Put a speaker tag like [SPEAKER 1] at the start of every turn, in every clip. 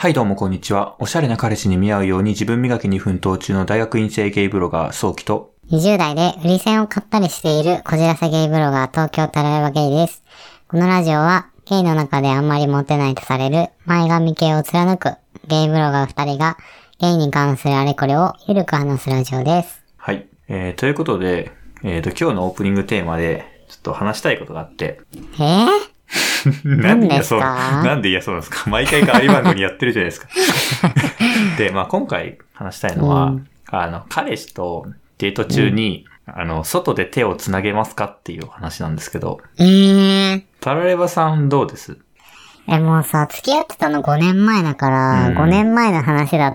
[SPEAKER 1] はいどうもこんにちは。おしゃれな彼氏に見合うように自分磨きに奮闘中の大学院生ゲイブロガー、早期と、
[SPEAKER 2] 20代で売り線を買ったりしているこじらせゲイブロガー東京タラレバゲイです。このラジオはゲイの中であんまりモテないとされる前髪系を貫くゲイブロガー2人がゲイに関するあれこれをゆるく話すラジオです。
[SPEAKER 1] はい。えー、ということで、えっ、と、今日のオープニングテーマで、ちょっと話したいことがあって。
[SPEAKER 2] えー、
[SPEAKER 1] なん
[SPEAKER 2] 何ですか
[SPEAKER 1] なんで嫌そうなんですか毎回変わり番組やってるじゃないです か。で、まあ今回話したいのは、
[SPEAKER 2] うん
[SPEAKER 1] あの、彼氏とデート中に、あの、外で手をつなげますかっていうお話なんですけど、
[SPEAKER 2] うーん。
[SPEAKER 1] タラレバさんどうです
[SPEAKER 2] え、もうさ、付き合ってたの5年前だから、
[SPEAKER 1] うん
[SPEAKER 2] 5年前の話だ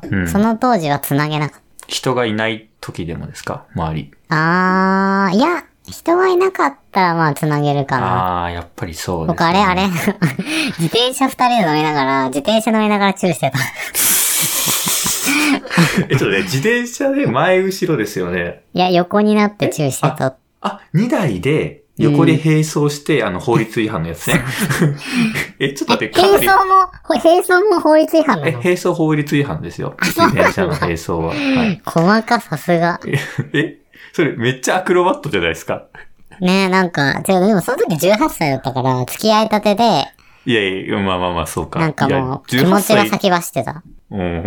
[SPEAKER 2] と、
[SPEAKER 1] うん
[SPEAKER 2] その当時は繋げなかっ
[SPEAKER 1] 人がいない時でもですか周り。
[SPEAKER 2] た。あー、いや、人がいなかったらまあ繋げるかな。
[SPEAKER 1] ああー、やっぱりそうです、
[SPEAKER 2] 僕
[SPEAKER 1] ね。
[SPEAKER 2] あれあれ 自転車二人で乗りながら、自転車乗りながらチューして た。い
[SPEAKER 1] え、ちょっとね、自転車で前後ろですよね。
[SPEAKER 2] や、横になってチューしてた。
[SPEAKER 1] あ、2台で横で並走して、あの、法律違反のや つね。え、ちょっと待って、かな
[SPEAKER 2] 並
[SPEAKER 1] り、
[SPEAKER 2] 走も、これ 並走も法律違反な
[SPEAKER 1] え、
[SPEAKER 2] の
[SPEAKER 1] 並走法律違反ですよ。自転車の並走は。はい、
[SPEAKER 2] 細かさすが。
[SPEAKER 1] え、それめっちゃアクロバットじゃないですか。
[SPEAKER 2] ねえ、なんか、違う、でもその時18歳だったから、付き合いたてで、
[SPEAKER 1] いやいや、まあまあまあ、そうか。
[SPEAKER 2] なんかもう、
[SPEAKER 1] い
[SPEAKER 2] 気
[SPEAKER 1] や18
[SPEAKER 2] 持ちが
[SPEAKER 1] 歳
[SPEAKER 2] 先走ってた。
[SPEAKER 1] うん。うん、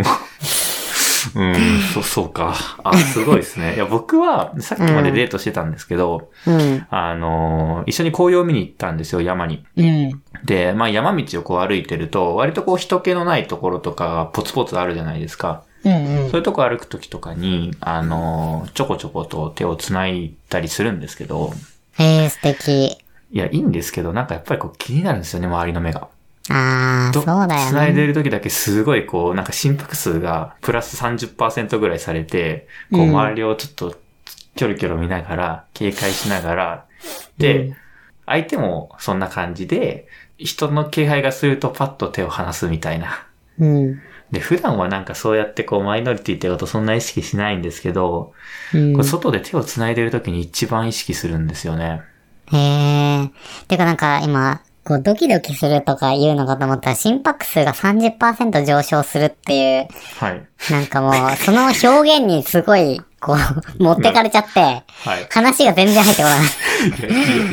[SPEAKER 1] そ、そうか。あ、すごいですね。いや、僕は、さっきまでデートしてたんですけど、
[SPEAKER 2] うん。
[SPEAKER 1] あのー一緒に紅葉を見に行ったんですよ、山に。
[SPEAKER 2] うん。
[SPEAKER 1] で、まあ山道をこう歩いてると、割とこう人気のないところとかがポツポツあるじゃないですか。
[SPEAKER 2] うんうん
[SPEAKER 1] そういうとこ歩くときとかに、あのーちょこちょこと手を繋いだりするんですけど、
[SPEAKER 2] えー、素敵。
[SPEAKER 1] いや、いいんですけど、なんかやっぱりこう気になるんですよね、周りの目が。
[SPEAKER 2] あー、
[SPEAKER 1] と
[SPEAKER 2] そうだよ
[SPEAKER 1] 繋い
[SPEAKER 2] ね。
[SPEAKER 1] でるときだけすごいこう、なんか心拍数がプラス30%ぐらいされて、こう
[SPEAKER 2] うん
[SPEAKER 1] 周りをちょっとキョロキョロ見ながら、警戒しながら、で、
[SPEAKER 2] うん
[SPEAKER 1] 相手もそんな感じで、人の気配がするとパッと手を離すみたいな。
[SPEAKER 2] うん。
[SPEAKER 1] で、普段はなんかそうやってこうマイノリティってことそんな意識しないんですけど、
[SPEAKER 2] うん
[SPEAKER 1] これ外で手を繋いでるときに一番意識するんですよね。
[SPEAKER 2] へえ。てかなんか今、こうドキドキするとか言うのかと思ったら心拍数が30%上昇するっていう、
[SPEAKER 1] はい。
[SPEAKER 2] なんかもう、その表現にすごい、こう、持ってかれちゃって、
[SPEAKER 1] はい。
[SPEAKER 2] 話が全然入ってこない。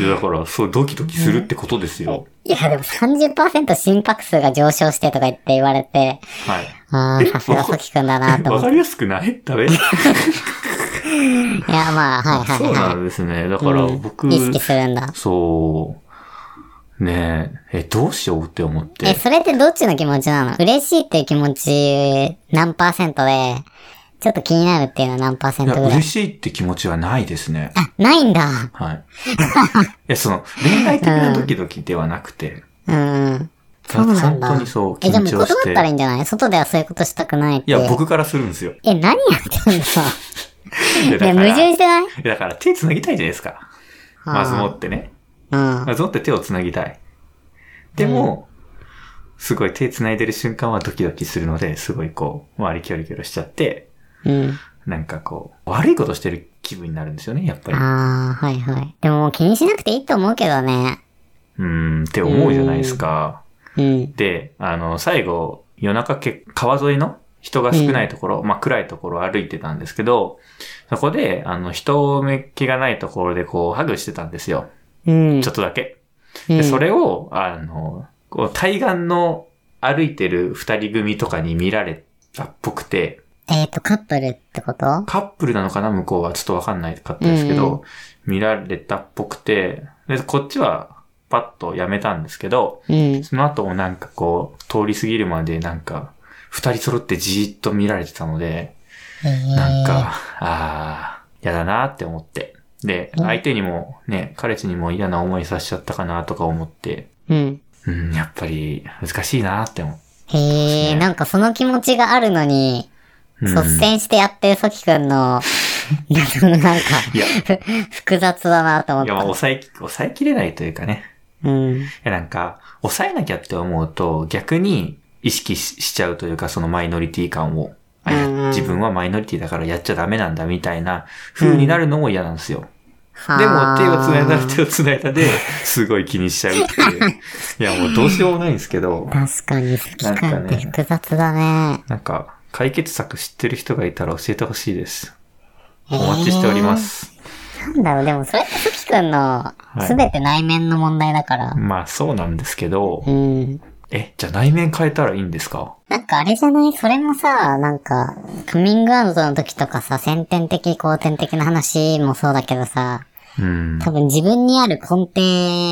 [SPEAKER 1] いやだから、そう、ドキドキするってことですよ。
[SPEAKER 2] いや、でも30%心拍数が上昇してとか言って言われて、
[SPEAKER 1] はい。
[SPEAKER 2] あーさすがソキくんだなと
[SPEAKER 1] わ
[SPEAKER 2] 思っ
[SPEAKER 1] かりやすくないダメ
[SPEAKER 2] て。いや、まあ、はいはい
[SPEAKER 1] そうな
[SPEAKER 2] は
[SPEAKER 1] んですね。だ
[SPEAKER 2] い。
[SPEAKER 1] から
[SPEAKER 2] うん
[SPEAKER 1] 僕、
[SPEAKER 2] 意識するんだ。
[SPEAKER 1] そう、ねえ、え、どうしようって思っ
[SPEAKER 2] え、
[SPEAKER 1] て。
[SPEAKER 2] それってどっちの気持ちなの嬉しいっていう気持ち何パーセントで、ちょっと気になるっていうのは何パーセ
[SPEAKER 1] い
[SPEAKER 2] ント
[SPEAKER 1] や、
[SPEAKER 2] ぐらい
[SPEAKER 1] 嬉しいって気持ちはないですね。
[SPEAKER 2] あ、ないんだ。
[SPEAKER 1] はい。 いや、その、恋愛的なドキドキではなくて、
[SPEAKER 2] うん。
[SPEAKER 1] た
[SPEAKER 2] そうなん
[SPEAKER 1] 本
[SPEAKER 2] だ
[SPEAKER 1] 当にそう、
[SPEAKER 2] え、
[SPEAKER 1] 緊
[SPEAKER 2] じゃあもう
[SPEAKER 1] 張
[SPEAKER 2] 断
[SPEAKER 1] して。
[SPEAKER 2] ったらいいんじゃない外ではそういうことしたくないって。
[SPEAKER 1] いや、。僕からするんですよ。
[SPEAKER 2] え、何やってんの
[SPEAKER 1] いや、
[SPEAKER 2] いや、
[SPEAKER 1] だか
[SPEAKER 2] 矛
[SPEAKER 1] ら、
[SPEAKER 2] 盾してない
[SPEAKER 1] いやだから手繋ぎたいじゃないですか。まずもってね。
[SPEAKER 2] うん。
[SPEAKER 1] まずもって手を繋ぎたい。でも、すごい手繋いでる瞬間はドキドキするので、すごいこう、周りキョロキョロしちゃって、
[SPEAKER 2] うん。
[SPEAKER 1] なんかこう、悪いことしてる気分になるんですよね、やっぱり。
[SPEAKER 2] あー、はいはい。でももう気にしなくていいと思うけどね。
[SPEAKER 1] うーん、って思うじゃないですか。
[SPEAKER 2] うん。
[SPEAKER 1] で、あの、最後、夜中け、川沿いの人が少ないところ、まあ暗いところを歩いてたんですけど、そこで、あの、人目気がないところでこう、ハグしてたんですよ。
[SPEAKER 2] うん。
[SPEAKER 1] ちょっとだけ。
[SPEAKER 2] う
[SPEAKER 1] で、
[SPEAKER 2] ん
[SPEAKER 1] それを、あの、こう、対岸の歩いてる二人組とかに見られたっぽくて、
[SPEAKER 2] えっと、カップルってこと
[SPEAKER 1] カップルなのかな向こうはちょっとわかんないかったですけど、
[SPEAKER 2] うんう
[SPEAKER 1] 見られたっぽくて、で、こっちはパッとやめたんですけど、
[SPEAKER 2] うん。
[SPEAKER 1] その後もなんかこう、通り過ぎるまでなんか、二人揃ってじーっと見られてたので、なんか、あー、やだなって思って。で、
[SPEAKER 2] うん
[SPEAKER 1] 相手にもね、彼氏にも嫌な思いさせちゃったかなとか思って、
[SPEAKER 2] えー。うん。
[SPEAKER 1] うん、やっぱり難しいなって思
[SPEAKER 2] へえ、なんかその気持ちがあるのに、
[SPEAKER 1] う。うん、
[SPEAKER 2] 率先してやってるソキくんの、なんか、
[SPEAKER 1] いや、
[SPEAKER 2] 複雑だなと思っ
[SPEAKER 1] いやまあ
[SPEAKER 2] た。
[SPEAKER 1] 抑えき、抑えきれないというかね。
[SPEAKER 2] うん。
[SPEAKER 1] いや、なんか、抑えなきゃって思うと、逆に意識ししちゃうというか、そのマイノリティ感を。あいや
[SPEAKER 2] うん
[SPEAKER 1] 自分はマイノリティだからやっちゃダメなんだみたいな風になるのも嫌なんですよ。
[SPEAKER 2] は
[SPEAKER 1] でも手を繋いだら
[SPEAKER 2] て
[SPEAKER 1] 手を繋いだで、すごい気にしちゃうっていう。いや、もうどうしようもないんですけど、
[SPEAKER 2] 確かに、好き感って複雑だね。
[SPEAKER 1] なんか、解決策知ってる人がいたら教えてほしいです。お待ちしております。
[SPEAKER 2] なんだろう、でもそれって好きくんの
[SPEAKER 1] い
[SPEAKER 2] すべて内面の問題だから。
[SPEAKER 1] まあ、そうなんですけど、
[SPEAKER 2] うん。
[SPEAKER 1] え、じゃあ内面変えたらいいんですか
[SPEAKER 2] なんかあれじゃないそれもさ、なんか、カミングアウトの時とかさ、先天的、後天的な話もそうだけどさ、
[SPEAKER 1] うん。
[SPEAKER 2] 多分自分にある根底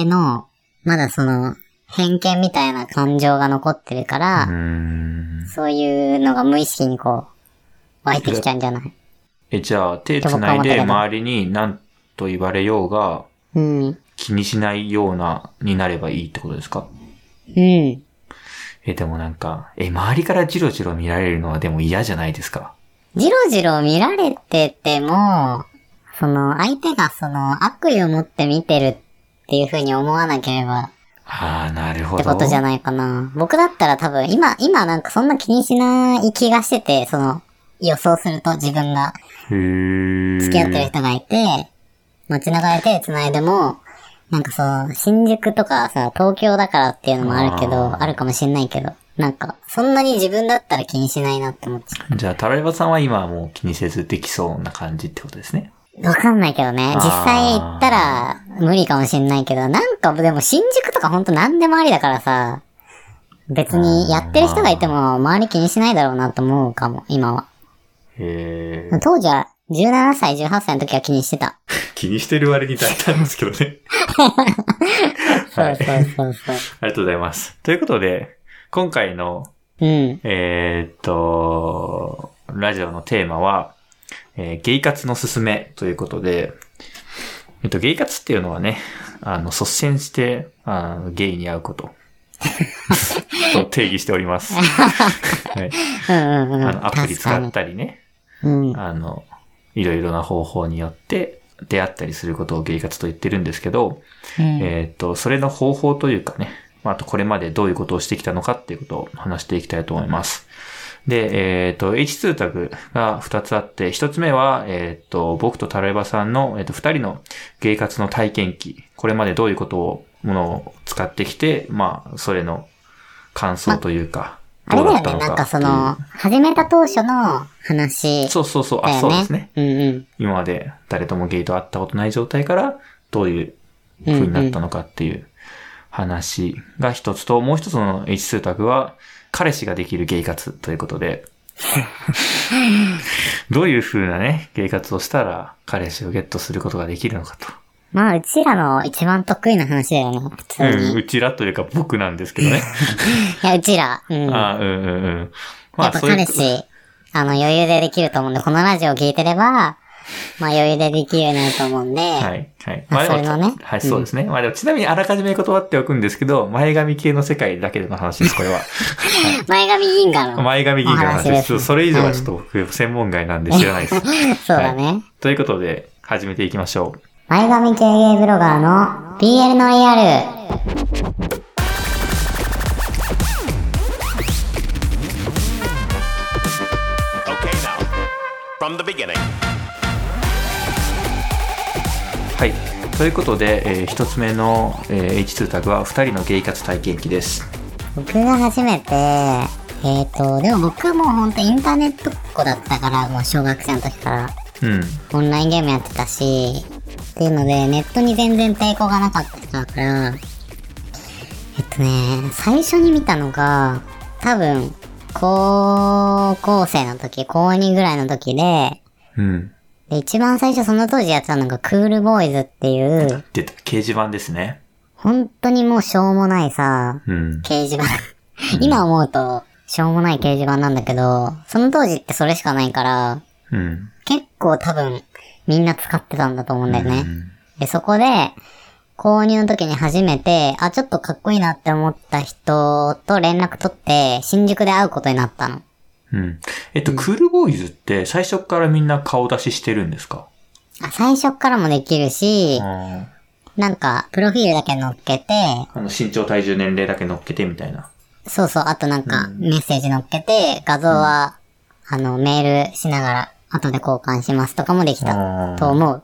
[SPEAKER 2] の、まだその、偏見みたいな感情が残ってるか
[SPEAKER 1] う
[SPEAKER 2] ら、
[SPEAKER 1] ん。
[SPEAKER 2] そういうのが無意識にこう、湧いてきちゃうんじゃない
[SPEAKER 1] え、じゃあ手繋いで周りに何と言われようが
[SPEAKER 2] うん。
[SPEAKER 1] 気にしないようなになればいいってことですか
[SPEAKER 2] うん。
[SPEAKER 1] え、でもなんか、え、周りからジロジロ見られるのはでも嫌じゃないですか
[SPEAKER 2] ジロジロ見られてても、その相手がその悪意を持って見てるっていう風に思わなければ
[SPEAKER 1] ああ、なるほ
[SPEAKER 2] って
[SPEAKER 1] ど。
[SPEAKER 2] ことじゃないかな。僕だったら多分今、今なんかそんな気にしない気がしてて、その予想すると自分が
[SPEAKER 1] へー
[SPEAKER 2] 付き合ってる人がいて、街中で手繋いでも、なんかそう、新宿とかさ、東京だからっていうのもあるけど、
[SPEAKER 1] あ
[SPEAKER 2] あ
[SPEAKER 1] ー
[SPEAKER 2] るかもしんないけど、なんか、そんなに自分だったら気にしないなって思っちゃう。
[SPEAKER 1] じゃあ、タライバさんは今はもう気にせずできそうな感じってことですね。
[SPEAKER 2] わかんないけどね。
[SPEAKER 1] あー
[SPEAKER 2] 実際行ったら無理かもしんないけど、なんかでも新宿とかほんと何でもありだからさ、別にやってる人がいても周り気にしないだろうなと思うかも、今は。
[SPEAKER 1] へ ー
[SPEAKER 2] 当時は17歳、18歳の時は気にしてた。
[SPEAKER 1] 気にしてる割に大胆ですけどね。 はい。
[SPEAKER 2] そうそうそうそ
[SPEAKER 1] ありがとうございます。ということで、今回の、
[SPEAKER 2] う。うん。
[SPEAKER 1] えーっと、ラジオのテーマは、えーゲイ活のすすめということで、えっと、ゲイ活っていうのはね、あの、率先して、あのゲイに会うこと。と定義しております。 はい、
[SPEAKER 2] うんうんうん。
[SPEAKER 1] あのアプリ使っ
[SPEAKER 2] 確か
[SPEAKER 1] たりね、
[SPEAKER 2] に。うん。
[SPEAKER 1] あの、いろいろな方法によって出会ったりすることをゲイ活と言ってるんですけど、
[SPEAKER 2] うん
[SPEAKER 1] えーっと、それの方法というかね、まああとこれまでどういうことをしてきたのかっていうことを話していきたいと思います。で、えーっと、H2 タグが2つあって、1つ目は、えーっと、僕とタラエバさんの、えーっと、2人の芸活の体験記。これまでどういうことを、ものを使ってきて、まあ、それの感想というか、
[SPEAKER 2] あれ
[SPEAKER 1] どうだ
[SPEAKER 2] だよ
[SPEAKER 1] ったの
[SPEAKER 2] ね、なん
[SPEAKER 1] か
[SPEAKER 2] か
[SPEAKER 1] ってい。
[SPEAKER 2] そうの、始めた当初の話
[SPEAKER 1] そうそうそう、
[SPEAKER 2] だ
[SPEAKER 1] あ、
[SPEAKER 2] よ
[SPEAKER 1] そう
[SPEAKER 2] ね。
[SPEAKER 1] ですね。
[SPEAKER 2] うんうん。
[SPEAKER 1] 今まで誰ともゲイと会ったことない状態から、どういう風になったのかっていう話が一つと、もう一つの H 数択は、彼氏ができるゲイ活ということ で、どういう風なね、ゲイ活をしたら、彼氏をゲットすることができるのかと。
[SPEAKER 2] まあ、うちらの一番得意な話だよね、普通
[SPEAKER 1] う
[SPEAKER 2] に。
[SPEAKER 1] ん、うちらというか僕なんですけどね。
[SPEAKER 2] いや、うちら、うん。やっ
[SPEAKER 1] あーうんうんうん。まあ、
[SPEAKER 2] ぱ
[SPEAKER 1] そうい
[SPEAKER 2] 彼
[SPEAKER 1] う、
[SPEAKER 2] 氏、あの、余裕でできると思うんで、このラジオを聞いてれば、まあ余裕でできるようになると思うんで、
[SPEAKER 1] はい、はい。
[SPEAKER 2] あそれのね
[SPEAKER 1] はい、そうですね。まあでも、ちなみにあらかじめ断っておくんですけど、前髪系の世界だけでの話です、これは。
[SPEAKER 2] 前髪銀河の。
[SPEAKER 1] 前髪銀河なん
[SPEAKER 2] お話
[SPEAKER 1] で。
[SPEAKER 2] ですす
[SPEAKER 1] ちょっとそれ以上はちょっと僕、専門外なんで知らないです。
[SPEAKER 2] そうだね。
[SPEAKER 1] ということで、始めていきましょ
[SPEAKER 2] 前髪系ゲイブロガーの BL のリアル。
[SPEAKER 3] Okay, now, from the beginning.
[SPEAKER 1] う。はい。ということで、え1つ目の、えー H2 タグは2人のゲイ活体験記です。
[SPEAKER 2] 僕が初めて、えっ、と、でも僕もほんとインターネットっ子だったから、もう小学生の時から
[SPEAKER 1] うん。
[SPEAKER 2] オンラインゲームやってたし、っていうので、ネットに全然抵抗がなかった人だから、えっとね、最初に見たのが、多分、高校生の時、高2ぐらいの時で、
[SPEAKER 1] うん。
[SPEAKER 2] で、一番最初その当時やってたのが、クールボーイズっていう、
[SPEAKER 1] 出た。掲示板ですね。
[SPEAKER 2] 本当にもうしょうもないさ、
[SPEAKER 1] うん。
[SPEAKER 2] 掲示板。今思うと、しょうもない掲示板なんだけど、その当時ってそれしかないから、
[SPEAKER 1] うん。
[SPEAKER 2] 結構多分、みんな使ってたんだと思うんだよね。
[SPEAKER 1] うん
[SPEAKER 2] で、そこで、購入の時に初めて、あ、ちょっとかっこいいなって思った人と連絡取って、新宿で会うことになったの。
[SPEAKER 1] うん。えっと、クールボーイズって最初からみんな顔出ししてるんですか
[SPEAKER 2] あ最初からもできるし、
[SPEAKER 1] あ
[SPEAKER 2] なんか、プロフィールだけ載っけて、
[SPEAKER 1] あの、身長、体重、年齢だけ乗っけてみたいな。
[SPEAKER 2] そうそう、あとなんか、メッセージ載っけて、画像は、あの、メールしながら、後で交換しますとかもでき
[SPEAKER 1] あ
[SPEAKER 2] た
[SPEAKER 1] ー
[SPEAKER 2] と思う。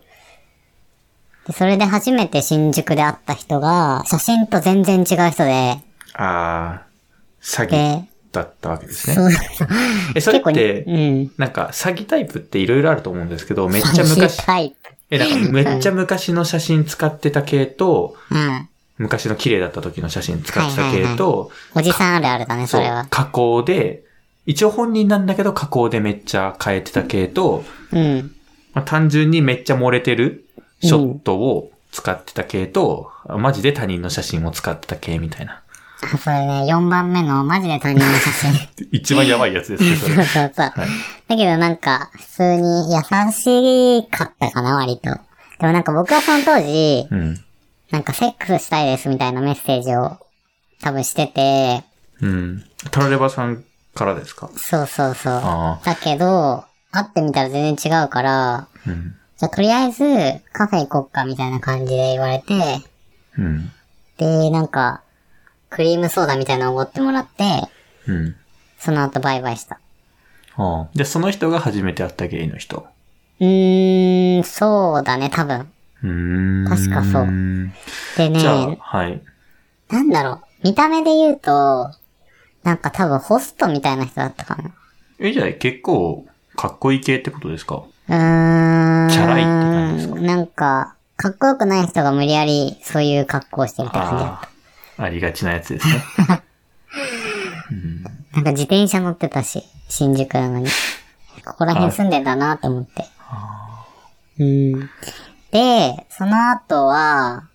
[SPEAKER 2] でそれで初めて新宿で会った人が、写真と全然違う人で、
[SPEAKER 1] ああ、詐欺
[SPEAKER 2] で
[SPEAKER 1] だったわけです
[SPEAKER 2] そ
[SPEAKER 1] ね。
[SPEAKER 2] う
[SPEAKER 1] え、それっ
[SPEAKER 2] 結構
[SPEAKER 1] て、
[SPEAKER 2] に、うん。
[SPEAKER 1] なんか詐欺タイプっていろいろあると思うんですけど、めっちゃ昔
[SPEAKER 2] 私、タイプ。
[SPEAKER 1] え、なんかめっちゃ昔の写真使ってた系と、
[SPEAKER 2] うん。
[SPEAKER 1] 昔の綺麗だった時の写真使ってた系と、
[SPEAKER 2] おじさんあるあるだね、そ
[SPEAKER 1] そう
[SPEAKER 2] れは。
[SPEAKER 1] 加工で、一応本人なんだけど加工でめっちゃ変えてた系と、
[SPEAKER 2] うん。
[SPEAKER 1] まあ、単純にめっちゃ漏れてるショットを使ってた系と、マジで他人の写真を使ってた系みたいな。
[SPEAKER 2] あそれね、4番目のマジで他人の写真。
[SPEAKER 1] 一番やばいやつですね、そ
[SPEAKER 2] そう
[SPEAKER 1] れ。
[SPEAKER 2] そうそう。
[SPEAKER 1] はい
[SPEAKER 2] だけどなんか、普通に優しかったかな、割と。でもなんか僕はその当時、
[SPEAKER 1] うん。
[SPEAKER 2] なんかセックスしたいですみたいなメッセージを多分してて、
[SPEAKER 1] うん。タラレバさんからですか
[SPEAKER 2] そうそうそう。
[SPEAKER 1] あ
[SPEAKER 2] だけど、会ってみたら全然違うから、
[SPEAKER 1] あ。うん。
[SPEAKER 2] じゃあとりあえずカフェ行こっかみたいな感じで言われて、
[SPEAKER 1] うん。
[SPEAKER 2] で、なんか、クリームソーダみたいなのをおごってもらって、
[SPEAKER 1] うん。
[SPEAKER 2] その後バイバイした。
[SPEAKER 1] ああ。で、その人が初めて会ったゲイの人。
[SPEAKER 2] うーん、そうだね、多分。
[SPEAKER 1] うーん。
[SPEAKER 2] 確かそうでね、
[SPEAKER 1] じゃあ、はい。
[SPEAKER 2] なんだろう、見た目で言うと、なんか多分ホストみたいな人だったか
[SPEAKER 1] え、じゃあ結構、かっこいい系ってことですか
[SPEAKER 2] な。うーん。
[SPEAKER 1] チャラいって感じです
[SPEAKER 2] かなんか、かっこよくない人が無理やりそういう格好をしてるって感じだっ
[SPEAKER 1] ああ。ありがちなやつですね。
[SPEAKER 2] た。なんか自転車乗ってたし、新宿なのに。ここら辺住んでんだなと思って。うん。で、その後は、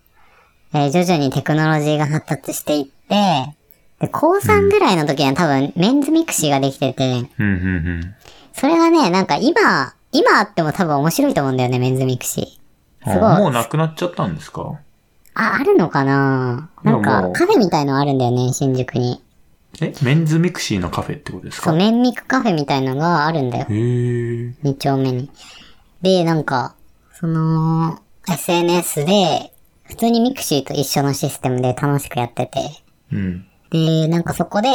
[SPEAKER 2] えー徐々にテクノロジーが発達していって、で、高3ぐらいの時には多分、メンズミクシーができてて、
[SPEAKER 1] うん、うん、うん。
[SPEAKER 2] それがね、なんか今、今あっても多分面白いと思うんだよね、メンズミクシー。すごい。
[SPEAKER 1] あもうなくなっちゃったんですか
[SPEAKER 2] あ、あるのかない
[SPEAKER 1] や
[SPEAKER 2] なんか
[SPEAKER 1] もう、
[SPEAKER 2] カフェみたいのあるんだよね、新宿に。
[SPEAKER 1] えメンズミクシーのカフェってことです
[SPEAKER 2] そ
[SPEAKER 1] か
[SPEAKER 2] う、メンミクカフェみたいのがあるんだよ。
[SPEAKER 1] へー
[SPEAKER 2] 2丁目に。で、なんか、その、SNS で、普通にミクシーと一緒のシステムで楽しくやってて。
[SPEAKER 1] うん。
[SPEAKER 2] で、なんかそこで、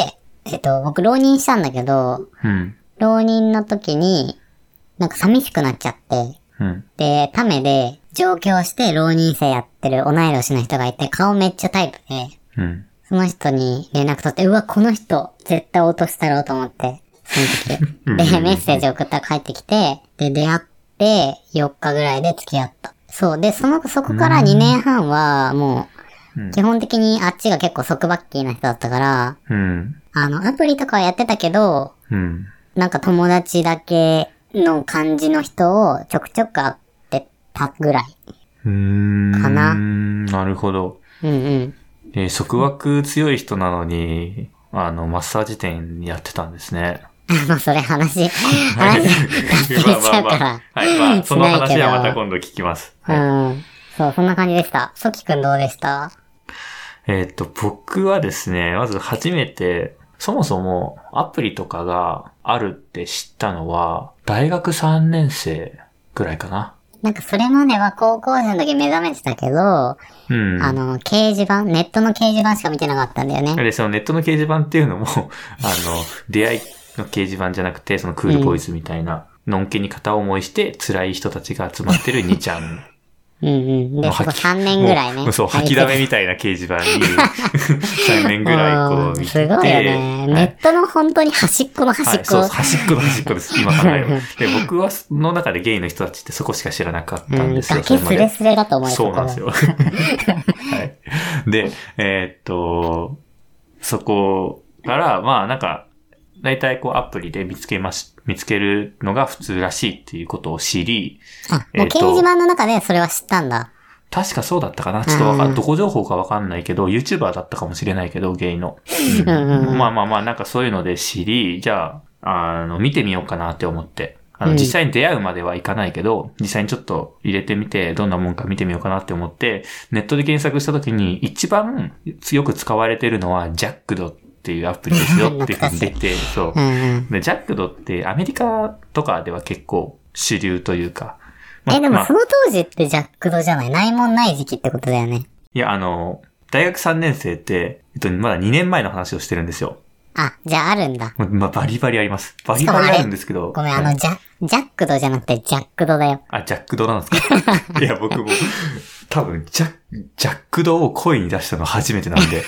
[SPEAKER 2] えっと、僕浪人したんだけど、
[SPEAKER 1] うん。
[SPEAKER 2] 浪人の時に、なんか寂しくなっちゃって、
[SPEAKER 1] うん。
[SPEAKER 2] で、タメで、上京して浪人生やってる同い年の人がいて、顔めっちゃタイプで、
[SPEAKER 1] うん。
[SPEAKER 2] その人に連絡取って、うわ、この人、絶対落としたろうと思って、 その時。で、メッセージ送ったら帰ってきて、で、出会って、4日ぐらいで付き合った。そう。で、その、そこから2年半は、も
[SPEAKER 1] うん
[SPEAKER 2] う、基本的にあっちが結構束縛期な人だったから、
[SPEAKER 1] うん。
[SPEAKER 2] あの、アプリとかはやってたけど、
[SPEAKER 1] うん。
[SPEAKER 2] なんか友達だけの感じの人をちょくちょく会ってたぐらい。
[SPEAKER 1] うーん。
[SPEAKER 2] かな
[SPEAKER 1] なるほど。
[SPEAKER 2] うんうん。
[SPEAKER 1] えー束縛強い人なのに、あの、マッサージ店やってたんですね。
[SPEAKER 2] まあ、それ話、話、 脱線しちゃうから。
[SPEAKER 1] はい、まあ、その
[SPEAKER 2] しない
[SPEAKER 1] 話
[SPEAKER 2] けど
[SPEAKER 1] はまた今度聞きます。はい
[SPEAKER 2] うん。そう、そんな感じでした。ソキくんどうでした
[SPEAKER 1] えーっと、僕はですね、まず初めて、そもそもアプリとかがあるって知ったのは、大学3年生ぐらいかな。
[SPEAKER 2] なんかそれまでは高校生の時目覚めてたけど、
[SPEAKER 1] うん。
[SPEAKER 2] あの、掲示板、ネットの掲示板しか見てなかったんだよね。
[SPEAKER 1] で、そのネットの掲示板っていうのも、あ の、出会いの掲示板じゃなくて、そのクールボーイズみたいな、のんけに片思いして辛い人たちが集まってる2ちゃん。
[SPEAKER 2] うんうん。で、
[SPEAKER 1] もう
[SPEAKER 2] そこ
[SPEAKER 1] 吐き
[SPEAKER 2] 3年ぐらい
[SPEAKER 1] もう
[SPEAKER 2] ね。
[SPEAKER 1] そう、
[SPEAKER 2] 入っ
[SPEAKER 1] 吐
[SPEAKER 2] て
[SPEAKER 1] き
[SPEAKER 2] た
[SPEAKER 1] だめみたいな掲示 板に、3年ぐらいこう
[SPEAKER 2] うん
[SPEAKER 1] 見て
[SPEAKER 2] すご
[SPEAKER 1] て。
[SPEAKER 2] いよね。
[SPEAKER 1] はい
[SPEAKER 2] ネットの本当に端っこの端
[SPEAKER 1] は
[SPEAKER 2] っ
[SPEAKER 1] い、
[SPEAKER 2] こ。
[SPEAKER 1] そう、端っこの端っこです。今考え れば。で、僕はその中でゲイの人たちってそこしか知らなかったん
[SPEAKER 2] うん、
[SPEAKER 1] ですよ。
[SPEAKER 2] 崖
[SPEAKER 1] そ
[SPEAKER 2] ス
[SPEAKER 1] れまで
[SPEAKER 2] レスレだと思うよ
[SPEAKER 1] そうなんです。よ。 はい。で、えーっと、そこから、まあなんか、大体こうアプリで見つけまし、見つけるのが普通らしいっていうことを知り、
[SPEAKER 2] あ、も
[SPEAKER 1] え
[SPEAKER 2] う
[SPEAKER 1] っ
[SPEAKER 2] 掲
[SPEAKER 1] と
[SPEAKER 2] 示板の中でそれは知ったんだ。
[SPEAKER 1] 確かそうだったかなちょっとわか
[SPEAKER 2] うん
[SPEAKER 1] ん、どこ情報かわかんないけど、YouTuber だったかもしれないけど、ゲイの。
[SPEAKER 2] うんうんうん。
[SPEAKER 1] まあまあまあ、なんかそういうので知り、じゃあ、あの、見てみようかなって思って。あの、
[SPEAKER 2] うん
[SPEAKER 1] 実際に出会うまではいかないけど、実際にちょっと入れてみて、どんなもんか見てみようかなって思って、ネットで検索した時に、一番よく使われてるのは、ジャックドっていうアプリですよっていうふうに出て、そう
[SPEAKER 2] う。んうん。
[SPEAKER 1] で、ジャックドってアメリカとかでは結構主流というか、まあ
[SPEAKER 2] え、で
[SPEAKER 1] ま
[SPEAKER 2] も
[SPEAKER 1] あ
[SPEAKER 2] その当時ってジャックドじゃないないもんない時期ってことだよね。
[SPEAKER 1] いや、あの、大学3年生って、えっと、まだ2年前の話をしてるんですよ。
[SPEAKER 2] あ、じゃああるんだ。
[SPEAKER 1] まあ、バリバリあります。バリバリあるんですけど。
[SPEAKER 2] ごめん、あ
[SPEAKER 1] はい
[SPEAKER 2] の、ジャ、ジャックドじゃなくてジャックドだよ。
[SPEAKER 1] あ、ジャックドなんですか いや、僕も、多分、ジャッ、ジャックドを声に出したの初めてなん で。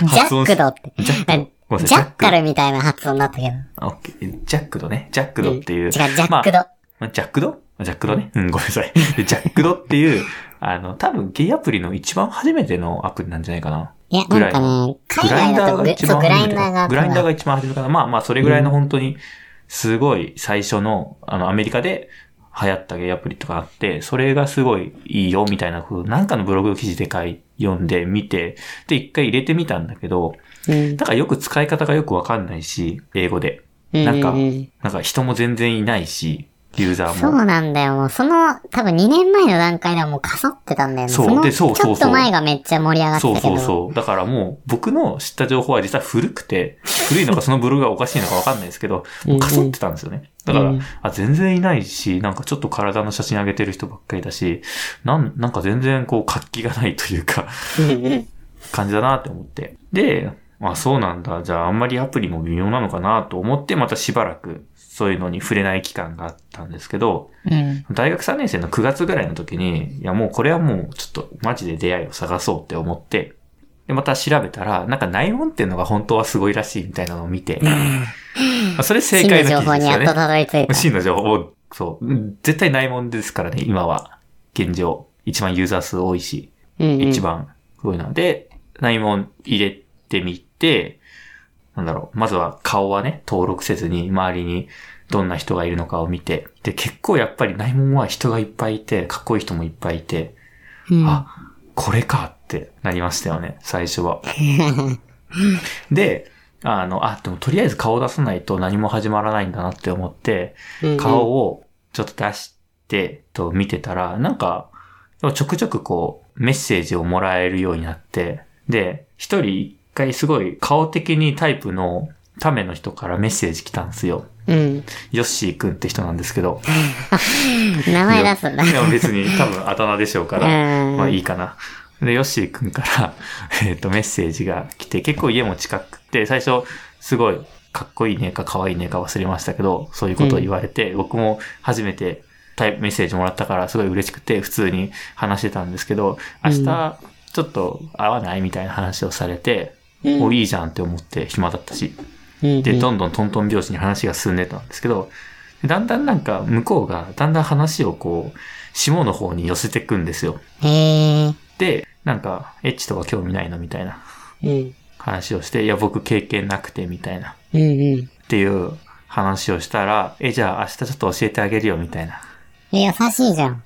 [SPEAKER 2] ジャックド
[SPEAKER 1] 発
[SPEAKER 2] って。
[SPEAKER 1] 音しジャックド。ごめんな
[SPEAKER 2] ジ
[SPEAKER 1] さい
[SPEAKER 2] ャッカルみたいな発音だったけど。
[SPEAKER 1] あオッケージャックドね。ジャック
[SPEAKER 2] う
[SPEAKER 1] ド
[SPEAKER 2] ん
[SPEAKER 1] っていう。
[SPEAKER 2] 違う、ジャ
[SPEAKER 1] ま
[SPEAKER 2] ッ
[SPEAKER 1] あ
[SPEAKER 2] クド。
[SPEAKER 1] まあジャックドジャックドね。うん、ごめんなさい。でジャックドっていう、あの、多分ゲイアプリの一番初めてのアプリなんじゃないかな。
[SPEAKER 2] いや、
[SPEAKER 1] ぐら
[SPEAKER 2] ないんかね、海
[SPEAKER 1] グライ
[SPEAKER 2] 外
[SPEAKER 1] ダ
[SPEAKER 2] だ
[SPEAKER 1] ー
[SPEAKER 2] と
[SPEAKER 1] が
[SPEAKER 2] グ、
[SPEAKER 1] 一
[SPEAKER 2] そう、
[SPEAKER 1] 番
[SPEAKER 2] グラ
[SPEAKER 1] 初め
[SPEAKER 2] イ
[SPEAKER 1] て
[SPEAKER 2] ダーが。
[SPEAKER 1] グラインダー
[SPEAKER 2] が。
[SPEAKER 1] が一番初めかな。まあまあ、それぐらいの本当に、すごい最初の、あの、アメリカで流行ったゲイアプリとかあって、それがすごいいいよ、みたいなこと、なんかのブログ記事で書い、読んで、見て、で、一回入れてみたんだけど、
[SPEAKER 2] うん
[SPEAKER 1] だからよく使い方がよくわかんないし、英語で。
[SPEAKER 2] う
[SPEAKER 1] なんか
[SPEAKER 2] ううん
[SPEAKER 1] なんか人も全然いないし、ユーザー
[SPEAKER 2] そ
[SPEAKER 1] も。
[SPEAKER 2] うなんだよ。もうその、多分2年前の段階ではもうかそってたんだよね。
[SPEAKER 1] そう
[SPEAKER 2] の
[SPEAKER 1] でそうそうそう
[SPEAKER 2] ちょっと前がめっちゃ盛り上がって
[SPEAKER 1] そう
[SPEAKER 2] たけど。
[SPEAKER 1] そうそう。だからもう、僕の知った情報は実は古くて、古いのかそのブログがおかしいのかわかんないですけど、
[SPEAKER 2] うんうん
[SPEAKER 1] かそってたんですよね。だから、
[SPEAKER 2] うん
[SPEAKER 1] あ、全然いないし、なんかちょっと体の写真上げてる人ばっかりだし、なん、なんか全然こう活気がないというか、
[SPEAKER 2] うんうん
[SPEAKER 1] 感じだなって思って。で、まあそうなんだ。じゃああんまりアプリも微妙なのかなと思って、またしばらくそういうのに触れない期間があったんですけど、
[SPEAKER 2] うん。
[SPEAKER 1] 大学3年生の9月ぐらいの時に、いやもうこれはもうちょっとマジで出会いを探そうって思って、で、また調べたら、なんか内音っていうのが本当はすごいらしいみたいなのを見て、まあそれ正
[SPEAKER 2] 真の
[SPEAKER 1] 解の
[SPEAKER 2] 情
[SPEAKER 1] 記事
[SPEAKER 2] 報
[SPEAKER 1] で
[SPEAKER 2] に
[SPEAKER 1] すよ
[SPEAKER 2] やっと
[SPEAKER 1] ね。
[SPEAKER 2] たどり着いた。
[SPEAKER 1] 真の情報、そう。うん絶対内音ですからね、今は。現状。一番ユーザー数多いし。
[SPEAKER 2] うんうん
[SPEAKER 1] 一。番すごいので、内門入れてみて、なんだろう、まずは顔はね、登録せずに周りにどんな人がいるのかを見て、で、結構やっぱり内門は人がいっぱいいて、かっこいい人もいっぱいいて、
[SPEAKER 2] うん
[SPEAKER 1] あ、これかってなりましたよね、最初は。で、あの、あ、でもとりあえず顔出さないと何も始まらないんだなって思って、顔をちょっと出して、と見てたら、なんか、でもちょくちょくこう、メッセージをもらえるようになって、で、一人一回すごい顔的にタイプのための人からメッセージ来たんですよ。
[SPEAKER 2] うん。
[SPEAKER 1] ヨッシーくんって人なんですけど。
[SPEAKER 2] 名前出すんだ。
[SPEAKER 1] いや、別に多分あだ名でしょう から。
[SPEAKER 2] うん
[SPEAKER 1] まあいいかな。で、ヨッシーくんから、 えっ、と、メッセージが来て、結構家も近くて、最初、すごい、かっこいいねか可愛いねか忘れましたけど、そういうことを言われて、僕も初めてタイプメッセージもらったから、すごい嬉しくて、普通に話してたんですけど、明日、ちょっと会わないみたいな話をされて、
[SPEAKER 2] うん
[SPEAKER 1] お、いいじゃんって思って暇だったし。
[SPEAKER 2] うん
[SPEAKER 1] で、どんどんトントン拍子に話が進んでたんですけど、だんだんなんか向こうが、だんだん話をこう、下の方に寄せてくんですよ。
[SPEAKER 2] へえ。
[SPEAKER 1] で、なんか、エッチとか興味ないのみたいな
[SPEAKER 2] うん。
[SPEAKER 1] 話をして、いや、僕経験なくてみたいな、
[SPEAKER 2] うんうん。
[SPEAKER 1] っていう話をしたら、え、じゃあ明日ちょっと教えてあげるよみたいな。
[SPEAKER 2] え優しいじゃん。。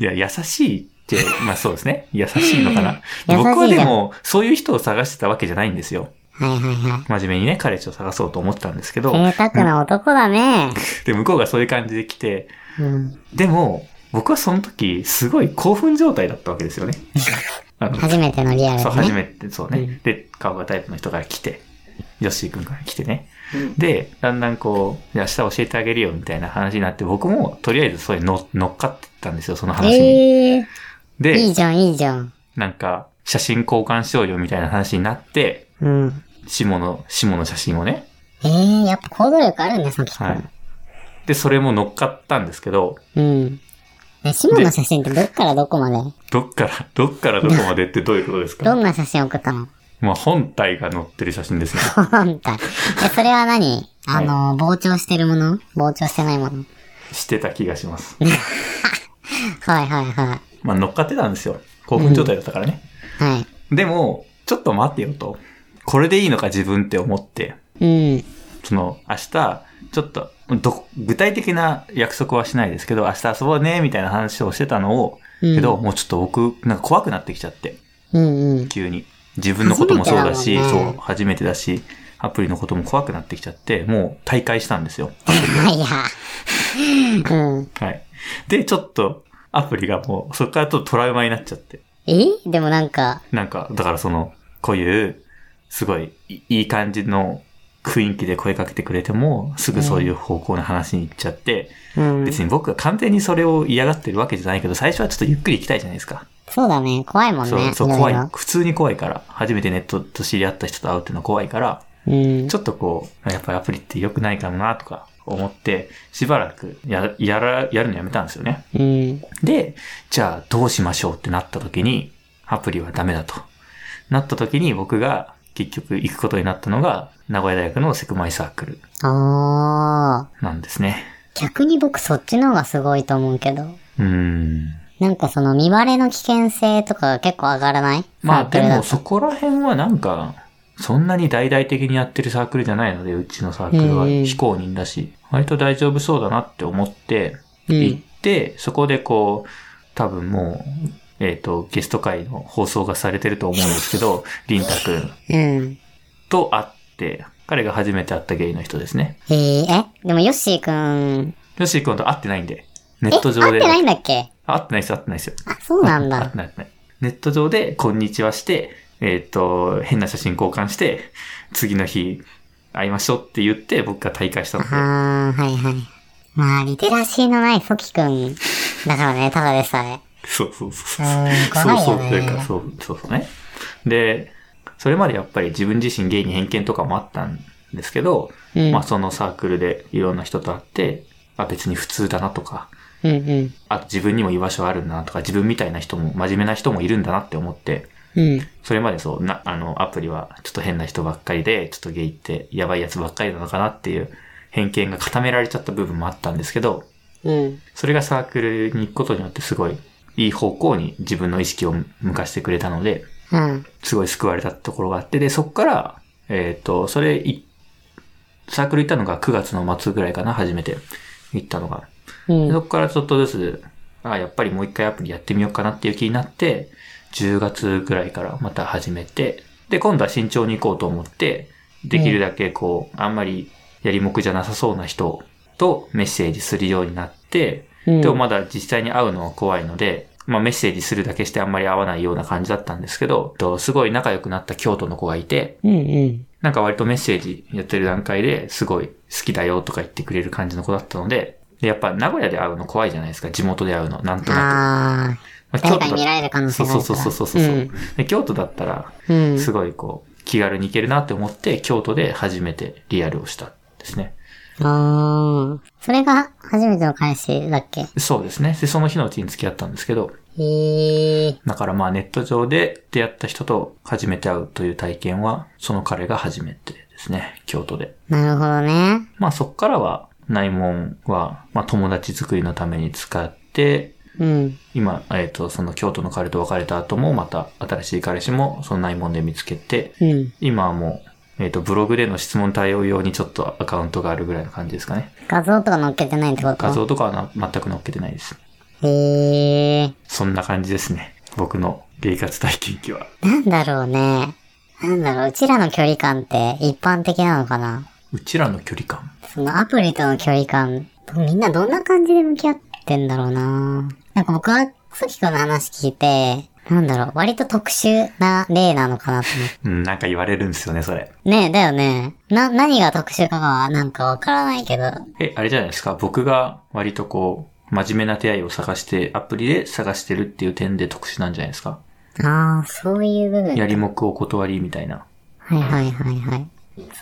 [SPEAKER 1] いや、優しいって、まあそう ですね。優しいのかな
[SPEAKER 2] 優しいじゃん
[SPEAKER 1] 僕はでも、そういう人を探してたわけじゃないんですよ。
[SPEAKER 2] はいはいはい。
[SPEAKER 1] 真面目にね、彼氏を探そうと思ってたんですけど、
[SPEAKER 2] 贅沢な男だね。
[SPEAKER 1] で、向こうがそういう感じで来て、
[SPEAKER 2] うん。
[SPEAKER 1] でも、僕はその時、すごい興奮状態だったわけです よね。あの
[SPEAKER 2] 初めてのリアル
[SPEAKER 1] そう、
[SPEAKER 2] だ
[SPEAKER 1] 初
[SPEAKER 2] ね。
[SPEAKER 1] めて、そうね。
[SPEAKER 2] うん
[SPEAKER 1] で、顔がタイプの人から来て、ヨッシーくんから来てね。で、だんだんこう、じゃあ明日教えてあげるよみたいな話になって、僕もとりあえずそういうの乗っかってったんですよ、その話に。
[SPEAKER 2] ええ。
[SPEAKER 1] で、
[SPEAKER 2] いいじゃん、いいじゃん。
[SPEAKER 1] なんか、写真交換しようよみたいな話になって、
[SPEAKER 2] うん。
[SPEAKER 1] シモの、シモの写真をね。
[SPEAKER 2] ええやっぱ行動力あるんだ、その人。
[SPEAKER 1] はい。で、それも乗っかったんですけど、
[SPEAKER 2] うん。え、シモンの写真ってどっからどこまで
[SPEAKER 1] どっから、どっからどこまでってどういうことです
[SPEAKER 2] ど
[SPEAKER 1] か
[SPEAKER 2] んな写真送ったの
[SPEAKER 1] まあ、本体が載ってる写真ですね。
[SPEAKER 2] 本体。え、それは何あの、膨張してるもの膨張してないもの
[SPEAKER 1] してた気がします。
[SPEAKER 2] はいはいは
[SPEAKER 1] まあ、乗っかってたんですよ。興奮状態だったからね。
[SPEAKER 2] い。はい。
[SPEAKER 1] でも、ちょっと待ってよと。これでいいのか自分って思って、
[SPEAKER 2] うん。
[SPEAKER 1] その、明日、ちょっと、ど、具体的な約束はしないですけど、明日遊ぼうね、みたいな話をしてたのを、
[SPEAKER 2] うん
[SPEAKER 1] けど、もうちょっと僕、なんか怖くなってきちゃって、
[SPEAKER 2] うんうん。
[SPEAKER 1] 急に。自分のこともそうだし、
[SPEAKER 2] 初めてだも
[SPEAKER 1] そ
[SPEAKER 2] んね
[SPEAKER 1] う、初めてだし、アプリのことも怖くなってきちゃって、もう退会したんですよ。
[SPEAKER 2] はいや。うん。
[SPEAKER 1] はい。で、ちょっと、アプリがもう、そこからちょっとトラウマになっちゃって。
[SPEAKER 2] えでもなんか、
[SPEAKER 1] なんか、だからその、こういう、すごい、いいい感じの雰囲気で声かけてくれても、すぐそういう方向の話に行っちゃって、
[SPEAKER 2] うん。
[SPEAKER 1] 別に僕は完全にそれを嫌がってるわけじゃないけど、最初はちょっとゆっくり行きたいじゃないですか。
[SPEAKER 2] そうだね。怖いもんね。
[SPEAKER 1] そう、そう、
[SPEAKER 2] ろ
[SPEAKER 1] 怖い
[SPEAKER 2] ろ。
[SPEAKER 1] 普通に怖いから。初めてネットと知り合った人と会うっていうのは怖いから、
[SPEAKER 2] うん。
[SPEAKER 1] ちょっとこう、やっぱりアプリって良くないかもなとか、思って、しばらくややらやるのやめたんですよね。
[SPEAKER 2] うん。
[SPEAKER 1] で、じゃあどうしましょうってなった時に、アプリはダメだと。なった時に僕が結局行くことになったのが、名古屋大学のセクマイサークル
[SPEAKER 2] あー。
[SPEAKER 1] なんですね。
[SPEAKER 2] 逆に僕そっちの方がすごいと思うけど。
[SPEAKER 1] うーん。
[SPEAKER 2] なんかその見バレの危険性とかが結構上がらない
[SPEAKER 1] まあ
[SPEAKER 2] サーク
[SPEAKER 1] で
[SPEAKER 2] ルだ
[SPEAKER 1] も
[SPEAKER 2] と
[SPEAKER 1] そこら辺はなんか、そんなに大々的にやってるサークルじゃないので、うちのサークルは
[SPEAKER 2] うん
[SPEAKER 1] 非公認だし、割と大丈夫そうだなって思って、
[SPEAKER 2] うん
[SPEAKER 1] 行って、そこでこう、多分もう、えっ、と、ゲスト会の放送がされてると思うんですけ ど、りんたくん
[SPEAKER 2] うん。
[SPEAKER 1] と会って、彼が初めて会ったゲイの人ですね。
[SPEAKER 2] えー、えでもヨッシーくん、
[SPEAKER 1] よし、今度会ってないんで、ネ
[SPEAKER 2] え、会
[SPEAKER 1] ット上
[SPEAKER 2] っ
[SPEAKER 1] で。
[SPEAKER 2] てないんだっけ
[SPEAKER 1] あ会ってないです、会ってないですよ。
[SPEAKER 2] あ、そうなん
[SPEAKER 1] 会っ
[SPEAKER 2] だ
[SPEAKER 1] て。ない会ってないネット上で、こんにちはして、えっ、と、変な写真交換して、次の日、会いましょうって言って、僕が退会したので。
[SPEAKER 2] あー、はいはい。まあ、リテラシーのないソキくんだからね、ただでさえ。
[SPEAKER 1] そうそうそう。
[SPEAKER 2] うーん
[SPEAKER 1] そうそう、
[SPEAKER 2] 怖いよね
[SPEAKER 1] というか、そう、そうそうね。で、それまでやっぱり自分自身ゲイに偏見とかもあったんですけど、
[SPEAKER 2] うん
[SPEAKER 1] まあそのサークルでいろんな人と会って、あ、別に普通だなとか、
[SPEAKER 2] うんうん。
[SPEAKER 1] あと自分にも居場所あるんだなとか、自分みたいな人も、真面目な人もいるんだなって思って、
[SPEAKER 2] うん。
[SPEAKER 1] それまでそう、な、あの、アプリはちょっと変な人ばっかりで、ちょっとゲイってやばいやつばっかりなのかなっていう偏見が固められちゃった部分もあったんですけど、
[SPEAKER 2] うん。
[SPEAKER 1] それがサークルに行くことによってすごいいい方向に自分の意識を向かしてくれたので、
[SPEAKER 2] うん。
[SPEAKER 1] すごい救われたところがあって、で、そっから、えっ、と、それい、サークル行ったのが9月の末ぐらいかな、初めて行ったのが。
[SPEAKER 2] うん
[SPEAKER 1] でそこからちょっとずつ、あやっぱりもう一回アプリやってみようかなっていう気になって、10月ぐらいからまた始めて、で、今度は慎重に行こうと思って、できるだけこう、あんまりやりもくじゃなさそうな人とメッセージするようになって、
[SPEAKER 2] うん
[SPEAKER 1] でもまだ実際に会うのは怖いので、まあメッセージするだけしてあんまり会わないような感じだったんですけど、とすごい仲良くなった京都の子がいて、
[SPEAKER 2] うんうん。
[SPEAKER 1] なんか割とメッセージやってる段階ですごい好きだよとか言ってくれる感じの子だったので、でやっぱ名古屋で会うの怖いじゃないですか、地元で会うの、なんとな
[SPEAKER 2] あ
[SPEAKER 1] く。まあ
[SPEAKER 2] ー、誰かに見られる可能
[SPEAKER 1] そ
[SPEAKER 2] 性
[SPEAKER 1] う
[SPEAKER 2] があ
[SPEAKER 1] そう
[SPEAKER 2] るか
[SPEAKER 1] そう
[SPEAKER 2] ら。
[SPEAKER 1] そうそうそう、で。京都だったら、
[SPEAKER 2] うん。うん
[SPEAKER 1] すごいこう、気軽に行けるなって思って、京都で初めてリアルをしたんですね。
[SPEAKER 2] あー。それが初めての彼氏だっけ
[SPEAKER 1] そうですね。で、その日のうちに付き合ったんですけど、
[SPEAKER 2] へえ。
[SPEAKER 1] だからまあネット上で出会った人と初めて会うという体験は、その彼が初めてですね、京都で。
[SPEAKER 2] なるほどね。
[SPEAKER 1] まあそっからは、内門は、まあ友達作りのために使って、
[SPEAKER 2] うん。
[SPEAKER 1] 今、えっ、と、その京都の彼と別れた後も、また新しい彼氏も、その内門で見つけて、
[SPEAKER 2] うん。
[SPEAKER 1] 今はもう、えっ、と、ブログでの質問対応用にちょっとアカウントがあるぐらいの感じですかね。
[SPEAKER 2] 画像とか載っけてないってこと
[SPEAKER 1] 画像とかはな全く載っけてないです。
[SPEAKER 2] へえ。
[SPEAKER 1] そんな感じですね。僕のゲイ活体験記は。
[SPEAKER 2] なんだろうね。なんだろう、うちらの距離感って一般的なのかな
[SPEAKER 1] うちらの距離感。
[SPEAKER 2] そのアプリとの距離感、みんなどんな感じで向き合ってんだろうななんか僕は、さきくんの話聞いて、なんだろう、割と特殊な例なのかなと思って。
[SPEAKER 1] うん、なんか言われるんですよね、それ。
[SPEAKER 2] ねえ、だよね。な、何が特殊かがなんかわからないけど。
[SPEAKER 1] え、あれじゃないですか。僕が割とこう、真面目な出会いを探して、アプリで探してるっていう点で特殊なんじゃないですか。
[SPEAKER 2] ああ、そういう部分。
[SPEAKER 1] やりもくお断りみたいな。
[SPEAKER 2] はいはいはいはい。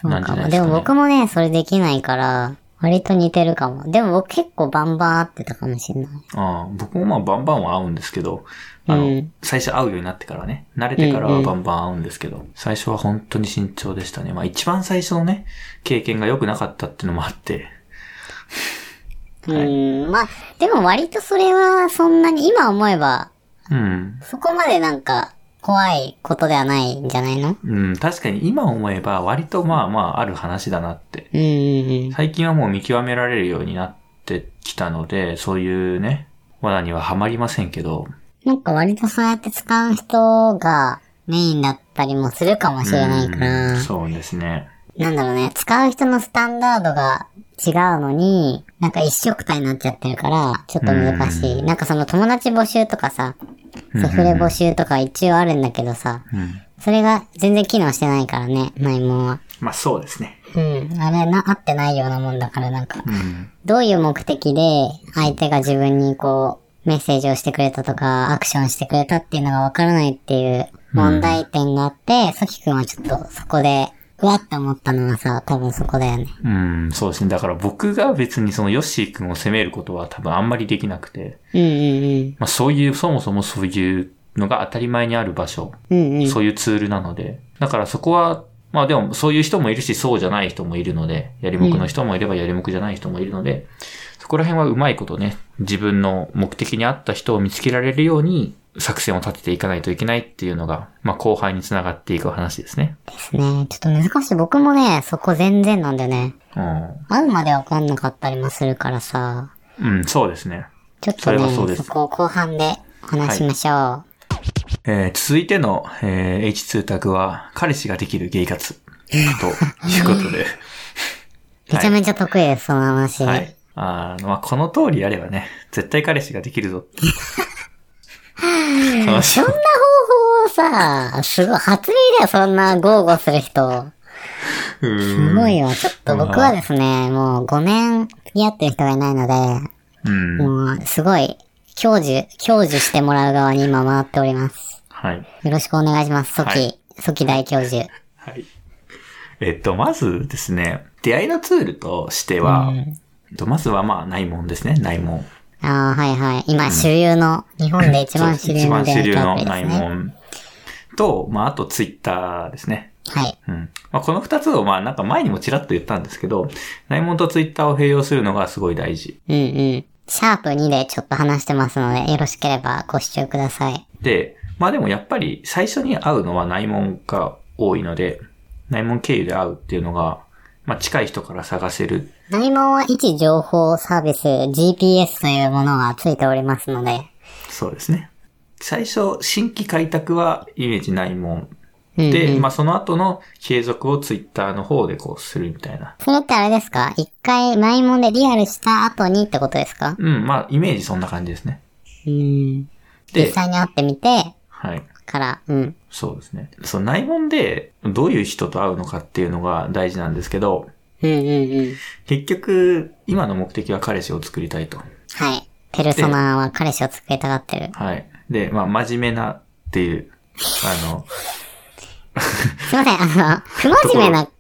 [SPEAKER 2] そう
[SPEAKER 1] なんじ
[SPEAKER 2] か
[SPEAKER 1] ゃ
[SPEAKER 2] も。
[SPEAKER 1] ないですかね
[SPEAKER 2] でも僕もね、それできないから、割と似てるかも。でも僕結構バンバン会ってたかもしれない。
[SPEAKER 1] ああ、僕もまあバンバンは合うんですけど、あの、
[SPEAKER 2] うん
[SPEAKER 1] 最初会うようになってからね、慣れてから
[SPEAKER 2] う
[SPEAKER 1] は
[SPEAKER 2] んうん
[SPEAKER 1] バンバン会うんですけど、最初は本当に慎重でしたね。まあ一番最初のね、経験が良くなかったっていうのもあって、
[SPEAKER 2] うーん、まあ、でも割とそれはそんなに、今思えば、
[SPEAKER 1] うん。
[SPEAKER 2] そこまでなんか、怖いことではないんじゃないの
[SPEAKER 1] うん、確かに今思えば割とまあまあある話だなって。
[SPEAKER 2] うんうん
[SPEAKER 1] 最近はもう見極められるようになってきたので、そういうね、罠にはハマりませんけど、
[SPEAKER 2] なんか割とそうやって使う人がメインだったりもするかもしれないから、
[SPEAKER 1] うんそうですね。
[SPEAKER 2] なんだろうね、使う人のスタンダードが違うのに、なんか一色体になっちゃってるから、ちょっと難しい。なんかその友達募集とかさ、セフレ募集とか一応あるんだけどさ、
[SPEAKER 1] うん。
[SPEAKER 2] それが全然機能してないからね、内門は。
[SPEAKER 1] まあそうですね。
[SPEAKER 2] うん。あれな、合ってないようなもんだからなんか、
[SPEAKER 1] うん。
[SPEAKER 2] どういう目的で相手が自分にこう、メッセージをしてくれたとか、アクションしてくれたっていうのがわからないっていう問題点があって、さきくんはちょっとそこでうわって思ったのはさ、多分そこだよね。
[SPEAKER 1] うん、そうですね。だから僕が別にそのヨッシー君を責めることは多分あんまりできなくて、
[SPEAKER 2] うんうん
[SPEAKER 1] まあそういう、そもそもそういうのが当たり前にある場所、
[SPEAKER 2] うん。うんうん。
[SPEAKER 1] そういうツールなので、だからそこは、まあでもそういう人もいるし、そうじゃない人もいるので、やりもくの人もいればやりもくじゃない人もいるので、そこら辺はうまいことね、自分の目的に合った人を見つけられるように、作戦を立てていかないといけないっていうのが、まあ後輩につながっていく話ですね。
[SPEAKER 2] ですね。ちょっと難しい。僕もね、そこ全然なんだよね。
[SPEAKER 1] うん。
[SPEAKER 2] 会うまでわかんなかったりもするからさ。
[SPEAKER 1] うん、そうですね。
[SPEAKER 2] ちょっと
[SPEAKER 1] それは
[SPEAKER 2] ね、
[SPEAKER 1] そう
[SPEAKER 2] そ
[SPEAKER 1] です
[SPEAKER 2] こを後半で話しましょう。
[SPEAKER 1] えー続いての、えー H2 タグは、彼氏ができるゲイ活。ということで。
[SPEAKER 2] めちゃめちゃ得意です、その話。
[SPEAKER 1] はい。あの、まあ、この通りやればね、絶対彼氏ができる ぞっていう。話を
[SPEAKER 2] 方法をさ、すごい、初耳だよ、そんな豪語する人。すごいよ。ちょっと僕はですね、もう5年付き合ってる人がいないので、
[SPEAKER 1] うん。うん。
[SPEAKER 2] もうすごい、享受、享受してもらう側に今回っております。
[SPEAKER 1] はい。
[SPEAKER 2] よろしくお願いします、ソ
[SPEAKER 1] は
[SPEAKER 2] キ。ソキ大教授。
[SPEAKER 1] はい。えっと、まずですね、出会いのツールとしては、えっと、まずはまあ、内門ですね、内門。
[SPEAKER 2] ああ、はいはい。今、主流の、日本で一
[SPEAKER 1] そうで
[SPEAKER 2] 番
[SPEAKER 1] す
[SPEAKER 2] 主
[SPEAKER 1] 一
[SPEAKER 2] 流の
[SPEAKER 1] 番
[SPEAKER 2] 出
[SPEAKER 1] 主
[SPEAKER 2] 会い
[SPEAKER 1] 流
[SPEAKER 2] 系ア
[SPEAKER 1] の
[SPEAKER 2] プリで
[SPEAKER 1] 内
[SPEAKER 2] すね。
[SPEAKER 1] 門。と、まあ、あとツイッターですね。
[SPEAKER 2] はい。
[SPEAKER 1] うん。まあ、この二つを、まあ、なんか前にもちらっと言ったんですけど、内門とツイッターを併用するのがすごい大事。
[SPEAKER 2] うんうん。シャープ2でちょっと話してますので、よろしければご視聴ください。
[SPEAKER 1] で、まあでもやっぱり最初に会うのは内門が多いので、内門経由で会うっていうのが、まあ近い人から探せる。
[SPEAKER 2] 内門は位置情報サービス GPS というものがついておりますので、
[SPEAKER 1] そうですね。最初、新規開拓はイメージ内門。
[SPEAKER 2] うんうん
[SPEAKER 1] で、まあその後の継続をツイッターの方でこうするみたいな。
[SPEAKER 2] それってあれですか一回内門でリアルした後にってことですか
[SPEAKER 1] うん、まあイメージそんな感じですね。
[SPEAKER 2] うん。実
[SPEAKER 1] で、
[SPEAKER 2] 際に会ってみて
[SPEAKER 1] はい。
[SPEAKER 2] から、うん。
[SPEAKER 1] そうですね。その内門でどういう人と会うのかっていうのが大事なんですけど、
[SPEAKER 2] うんうんうん。
[SPEAKER 1] 結局、今の目的は彼氏を作りたいと。
[SPEAKER 2] はい。ペルソナは彼氏を作りたがってる。
[SPEAKER 1] はい。で、まあ、真面目なっていう、あの、
[SPEAKER 2] すいません、あの、不真面目なっ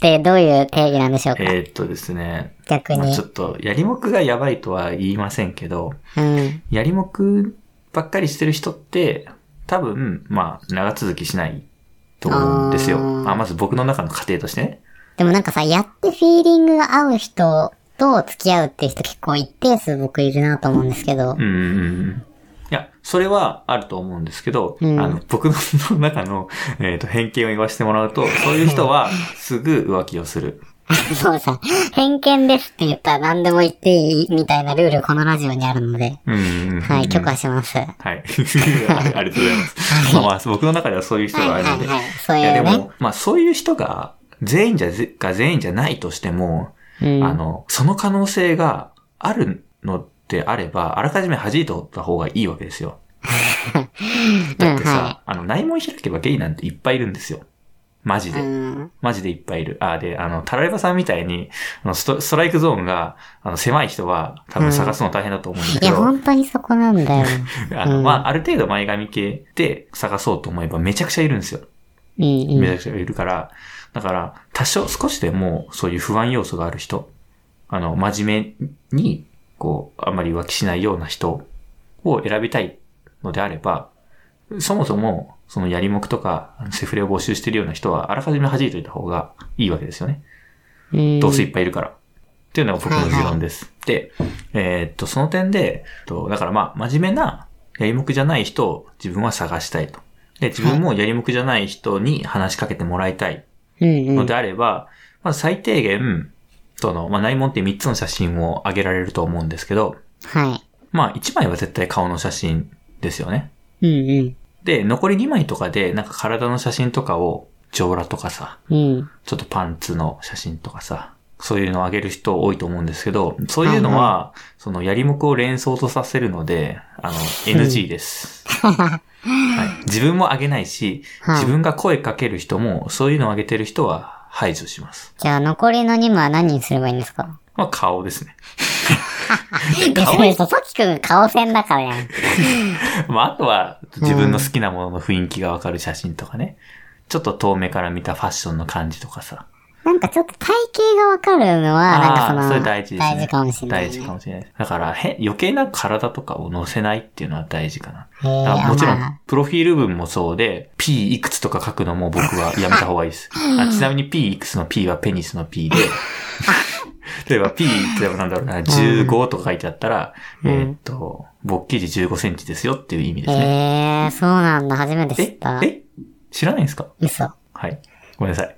[SPEAKER 2] てどういう定義なんでしょうか、
[SPEAKER 1] えーっとですね、
[SPEAKER 2] 逆
[SPEAKER 1] まあ、
[SPEAKER 2] に
[SPEAKER 1] ちょ。っと、やりもくがやばいとは言いませんけど、
[SPEAKER 2] うん。
[SPEAKER 1] やりもくばっかりしてる人って、多分、まあ、長続きしないと思うんですよ。
[SPEAKER 2] あー
[SPEAKER 1] まあ、まず僕の中の過程としてね。
[SPEAKER 2] でもなんかさ、やってフィーリングが合う人と付き合うっていう人結構一定数僕いるなと思うんですけど
[SPEAKER 1] う。んうんうん。いや、それはあると思うんですけど、
[SPEAKER 2] うん
[SPEAKER 1] あの、僕の中の、えーっ、と、偏見を言わせてもらうと、そういう人は、すぐ浮気をする。
[SPEAKER 2] そうさ、偏見ですって言ったら何でも言っていいみたいなルールこのラジオにあるので、
[SPEAKER 1] うんうんうんうん。
[SPEAKER 2] はい、許可します。は
[SPEAKER 1] はい。ありがとうございます。まあまあ、僕の中ではそういう人
[SPEAKER 2] い
[SPEAKER 1] が
[SPEAKER 2] はいい
[SPEAKER 1] るので。
[SPEAKER 2] はい、そう
[SPEAKER 1] い
[SPEAKER 2] い
[SPEAKER 1] や、で
[SPEAKER 2] うね。
[SPEAKER 1] も、まあそういう人が、全員じゃぜ、が全員じゃないとしても、
[SPEAKER 2] うん
[SPEAKER 1] あの、その可能性があるのであれば、あらかじめ弾いておった方がいいわけですよ。だってさ、
[SPEAKER 2] うんはい
[SPEAKER 1] あの、内門開けばゲイなんていっぱいいるんですよ。マジで。
[SPEAKER 2] うん
[SPEAKER 1] マジでいっぱいいる。あ、で、あの、タラレバさんみたいに、あのスト、ストライクゾーンが、あの、狭い人は、多分探すの大変だと思うんだ
[SPEAKER 2] い
[SPEAKER 1] け
[SPEAKER 2] や、
[SPEAKER 1] ど。
[SPEAKER 2] 本当にそこなんだよ。
[SPEAKER 1] あの、
[SPEAKER 2] うん
[SPEAKER 1] まあ、ある程度前髪系で探そうと思えばめちゃくちゃいるんですよ。
[SPEAKER 2] うんう
[SPEAKER 1] めち
[SPEAKER 2] ん。
[SPEAKER 1] ゃくちゃいるから。だから、多少少しでもそういう不安要素がある人、あの、真面目に、こう、あんまり浮気しないような人を選びたいのであれば、そもそも、そのやりもくとか、セフレを募集してるような人は、あらかじめ弾いといた方がいいわけですよね。
[SPEAKER 2] うん
[SPEAKER 1] どうせいっぱいいるから。っていうのが僕の持論です。で、えーっと、その点で、とだからまあ、真面目なやりもくじゃない人を自分は探したいと。で、自分もやりもくじゃない人に話しかけてもらいたい
[SPEAKER 2] うんう
[SPEAKER 1] の
[SPEAKER 2] ん。
[SPEAKER 1] であれば、まず最低限、その、まあ、内門って3つの写真を上げられると思うんですけど、
[SPEAKER 2] は
[SPEAKER 1] まあ、1枚は絶対顔の写真ですよね。
[SPEAKER 2] い。うん
[SPEAKER 1] で、残り2枚とかで、なんか体の写真とかを、上裸とかさ、
[SPEAKER 2] うん。 うん。
[SPEAKER 1] ちょっとパンツの写真とかさ、そういうのをあげる人多いと思うんですけど、そういうのは、そのやりもくを連想とさせるので、あの、NG です。はい、自分もあげないし、
[SPEAKER 2] はい
[SPEAKER 1] 自分が声かける人も、そういうのをあげてる人は排除します。
[SPEAKER 2] じゃあ残りの2枚は何にすればいいんですか
[SPEAKER 1] まあ、顔ですね。
[SPEAKER 2] いや、それ、佐々木くん顔線だからやん。
[SPEAKER 1] まあ、あとは、自分の好きなものの雰囲気がわかる写真とかね。ちょっと遠目から見たファッションの感じとかさ。
[SPEAKER 2] なんかちょっと体型がわかるのは、なんかそ
[SPEAKER 1] あー
[SPEAKER 2] の、
[SPEAKER 1] それ大事ですね。
[SPEAKER 2] 大事かもしれない、ね。
[SPEAKER 1] 大事かもしれない。だから、へ余計な体とかを乗せないっていうのは大事かな。
[SPEAKER 2] へー
[SPEAKER 1] あもちろ
[SPEAKER 2] まあ
[SPEAKER 1] ん、プロフィール文もそうで、P いくつとか書くのも僕はやめた方がいい です。あちなみに P いくつの P はペニスの P で、例えば P、例えばなんだろうな、15とか書いてあったら、
[SPEAKER 2] うん
[SPEAKER 1] えーっと、ぼっきり15センチですよっていう意味ですね。
[SPEAKER 2] えー、そうなんだ。初めて知
[SPEAKER 1] え
[SPEAKER 2] った。
[SPEAKER 1] え知らないんですか
[SPEAKER 2] 嘘。
[SPEAKER 1] はい。ごめんなさ い。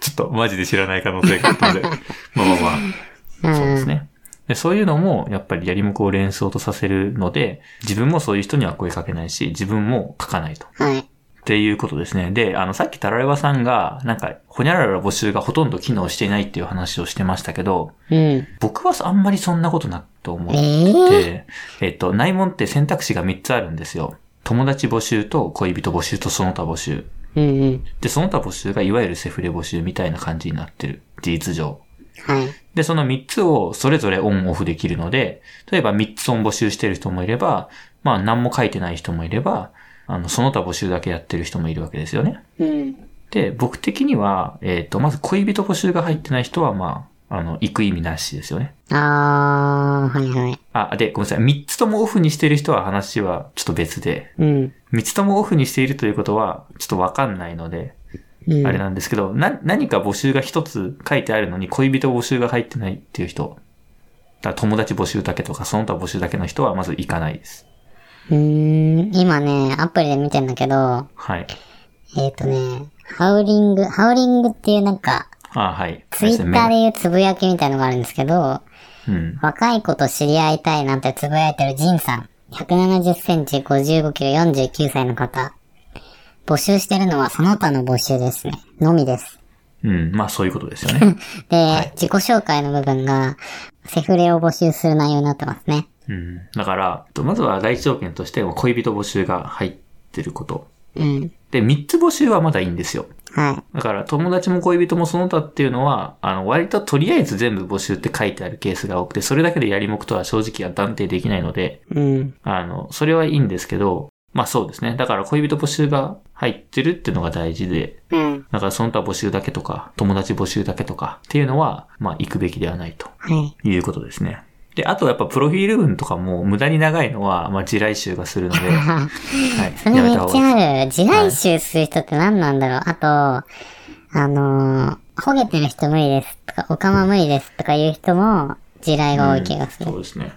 [SPEAKER 1] ちょっとマジで知らない可能性があったので、まあまあまあ。
[SPEAKER 2] うん
[SPEAKER 1] そうですね。で、そういうのも、やっぱりやりもくを連想とさせるので、自分もそういう人には声かけないし、自分も書かないと。
[SPEAKER 2] はい。
[SPEAKER 1] っていうことですね。で、あの、さっきタラレバさんが、なんか、ほにゃらら募集がほとんど機能していないっていう話をしてましたけど、
[SPEAKER 2] うん。え
[SPEAKER 1] 僕はあんまりそんなことなくと思って
[SPEAKER 2] ー、
[SPEAKER 1] でえっと、内門って選択肢が3つあるんですよ。友達募集と恋人募集とその他募集。
[SPEAKER 2] うんうん。
[SPEAKER 1] で、その他募集がいわゆるセフレ募集みたいな感じになってる。事実上。
[SPEAKER 2] はい。
[SPEAKER 1] で、その3つをそれぞれオンオフできるので、例えば3つオン募集してる人もいれば、まあ何も書いてない人もいれば、あの、その他募集だけやってる人もいるわけですよね。
[SPEAKER 2] うん。
[SPEAKER 1] で、僕的には、えっ、と、まず恋人募集が入ってない人は、まあ、あの、行く意味なしですよね。
[SPEAKER 2] あー、はいはい。
[SPEAKER 1] あ、で、ごめんなさい。3つともオフにしてる人は話はちょっと別で、
[SPEAKER 2] うん。
[SPEAKER 1] 3つともオフにしているということは、ちょっとわかんないので、
[SPEAKER 2] うん。
[SPEAKER 1] あれなんですけど、な、何か募集が一つ書いてあるのに恋人募集が入ってないっていう人。だから友達募集だけとか、その他募集だけの人はまず行かないです。
[SPEAKER 2] うーん。今ね、アプリで見てんだけど、
[SPEAKER 1] はい。
[SPEAKER 2] えっ、ー、とね、ハウリング、ハウリングっていうなんか、
[SPEAKER 1] あはい。
[SPEAKER 2] ツイッターでいうつぶやきみたいのがあるんですけど、
[SPEAKER 1] うん。
[SPEAKER 2] 若い子と知り合いたいなんてつぶやいてるジンさん。170センチ、55キロ、49歳の方。募集してるのはその他の募集ですね。のみです。
[SPEAKER 1] うん。まあそういうことですよね。
[SPEAKER 2] で、自己紹介の部分が、セフレを募集する内容になってますね。
[SPEAKER 1] うん。だから、とまずは第一条件として、恋人募集が入ってること。
[SPEAKER 2] うん。
[SPEAKER 1] で、3つ募集はまだいいんですよ。
[SPEAKER 2] は
[SPEAKER 1] だから、友達も恋人もその他っていうのは、あの、割ととりあえず全部募集って書いてあるケースが多くて、それだけでやりもくとは正直は断定できないので、
[SPEAKER 2] い。うん。
[SPEAKER 1] あの、それはいいんですけど、まあそうですね。だから恋人募集が入ってるっていうのが大事で、
[SPEAKER 2] うん。
[SPEAKER 1] だからその他募集だけとか、友達募集だけとかっていうのは、まあ行くべきではないと
[SPEAKER 2] はい。
[SPEAKER 1] いうことですね。で、あとやっぱプロフィール文とかも無駄に長いのは、まあ地雷集がする ので、は
[SPEAKER 2] そ
[SPEAKER 1] い、
[SPEAKER 2] れ
[SPEAKER 1] や
[SPEAKER 2] め
[SPEAKER 1] め
[SPEAKER 2] った
[SPEAKER 1] 方
[SPEAKER 2] ち
[SPEAKER 1] がいい。
[SPEAKER 2] ゃある。地雷臭する人って何なんだろう。あと、あのー、焦げてる人無理ですとか、おかま無理ですとかいう人も、地雷が多い気がする。
[SPEAKER 1] そうですね。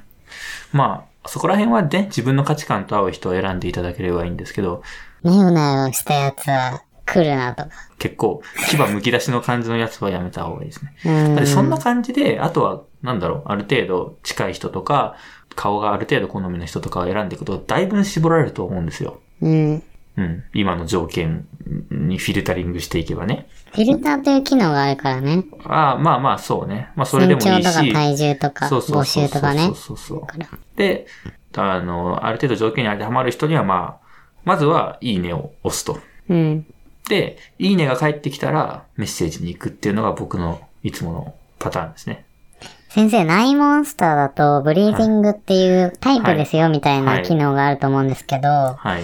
[SPEAKER 1] まあ、そこら辺はね、自分の価値観と合う人を選んでいただければいいんですけど、
[SPEAKER 2] なよなよしたやつは来るなとか。
[SPEAKER 1] 結構、牙むき出しの感じのやつはやめた方がいいですね。
[SPEAKER 2] う
[SPEAKER 1] だって
[SPEAKER 2] ん。
[SPEAKER 1] そんな感じで、あとは、なんだろう、ある程度近い人とか、顔がある程度好みの人とかを選んでいくと、だいぶ絞られると思うんですよ。
[SPEAKER 2] うん。
[SPEAKER 1] うん。今の条件にフィルタリングしていけばね。
[SPEAKER 2] フィルターという機能があるからね。
[SPEAKER 1] ああ、まあまあ、そうね。まあ、それで
[SPEAKER 2] 身
[SPEAKER 1] もい
[SPEAKER 2] 長
[SPEAKER 1] い
[SPEAKER 2] とか
[SPEAKER 1] し。
[SPEAKER 2] 体重とか、
[SPEAKER 1] そうそ
[SPEAKER 2] 募
[SPEAKER 1] うそう
[SPEAKER 2] 集
[SPEAKER 1] そ
[SPEAKER 2] と
[SPEAKER 1] う
[SPEAKER 2] かね。
[SPEAKER 1] そうそうそう
[SPEAKER 2] から
[SPEAKER 1] で、あの、ある程度条件に当てはまる人には、まあ、まずは、いいねを押すと。
[SPEAKER 2] うん。
[SPEAKER 1] で、いいねが返ってきたら、メッセージに行くっていうのが僕のいつものパターンですね。
[SPEAKER 2] 先生、ナイモンスターだと、ブリーディングっていうタイプですよみたい
[SPEAKER 1] は
[SPEAKER 2] ない機能があると思うんですけど、
[SPEAKER 1] はい。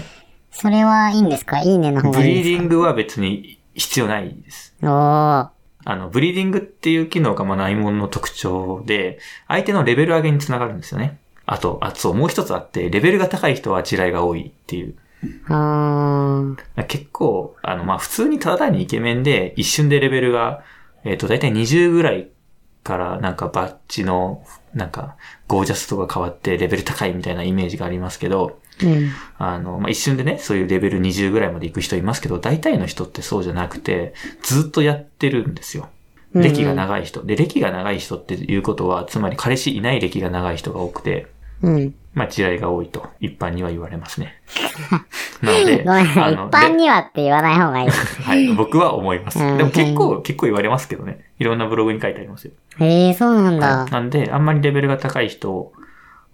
[SPEAKER 2] それはいいんですかいいねの方
[SPEAKER 1] ブ
[SPEAKER 2] がい
[SPEAKER 1] リ
[SPEAKER 2] い
[SPEAKER 1] ー
[SPEAKER 2] で
[SPEAKER 1] デ
[SPEAKER 2] す
[SPEAKER 1] ィングは別に必要ないです。
[SPEAKER 2] か
[SPEAKER 1] あの、ブリーディングっていう機能がまあ内門の特徴で、相手のレベル上げにつながるんですよね。あと、あ、そう、もう一つあって、レベルが高い人は地雷が多いっていう。
[SPEAKER 2] おー。あ
[SPEAKER 1] 結構、あの、まあ、普通にただ単にイケメンで、一瞬でレベルが、えっ、と、だいたい20ぐらいから、なんかバッジの、なんか、ゴージャスとか変わってレベル高いみたいなイメージがありますけど、
[SPEAKER 2] ー。うん。
[SPEAKER 1] あの、まあ、一瞬でね、そういうレベル20ぐらいまで行く人いますけど、大体の人ってそうじゃなくて、ずっとやってるんですよ。
[SPEAKER 2] うんうん
[SPEAKER 1] 歴が長い人。で、歴が長い人っていうことは、つまり彼氏いない歴が長い人が多くて、
[SPEAKER 2] うん。
[SPEAKER 1] まあ、地雷が多いと、一般には言われます ね。なの
[SPEAKER 2] ご
[SPEAKER 1] で
[SPEAKER 2] めん、なさい。一般
[SPEAKER 1] で
[SPEAKER 2] にはって言わない方が いい。
[SPEAKER 1] はい、僕は思います。
[SPEAKER 2] うん
[SPEAKER 1] でも結構、結構言われますけどね。いろんなブログに書いてありますよ。
[SPEAKER 2] えー、そうなんだ。
[SPEAKER 1] なんで、あんまりレベルが高い人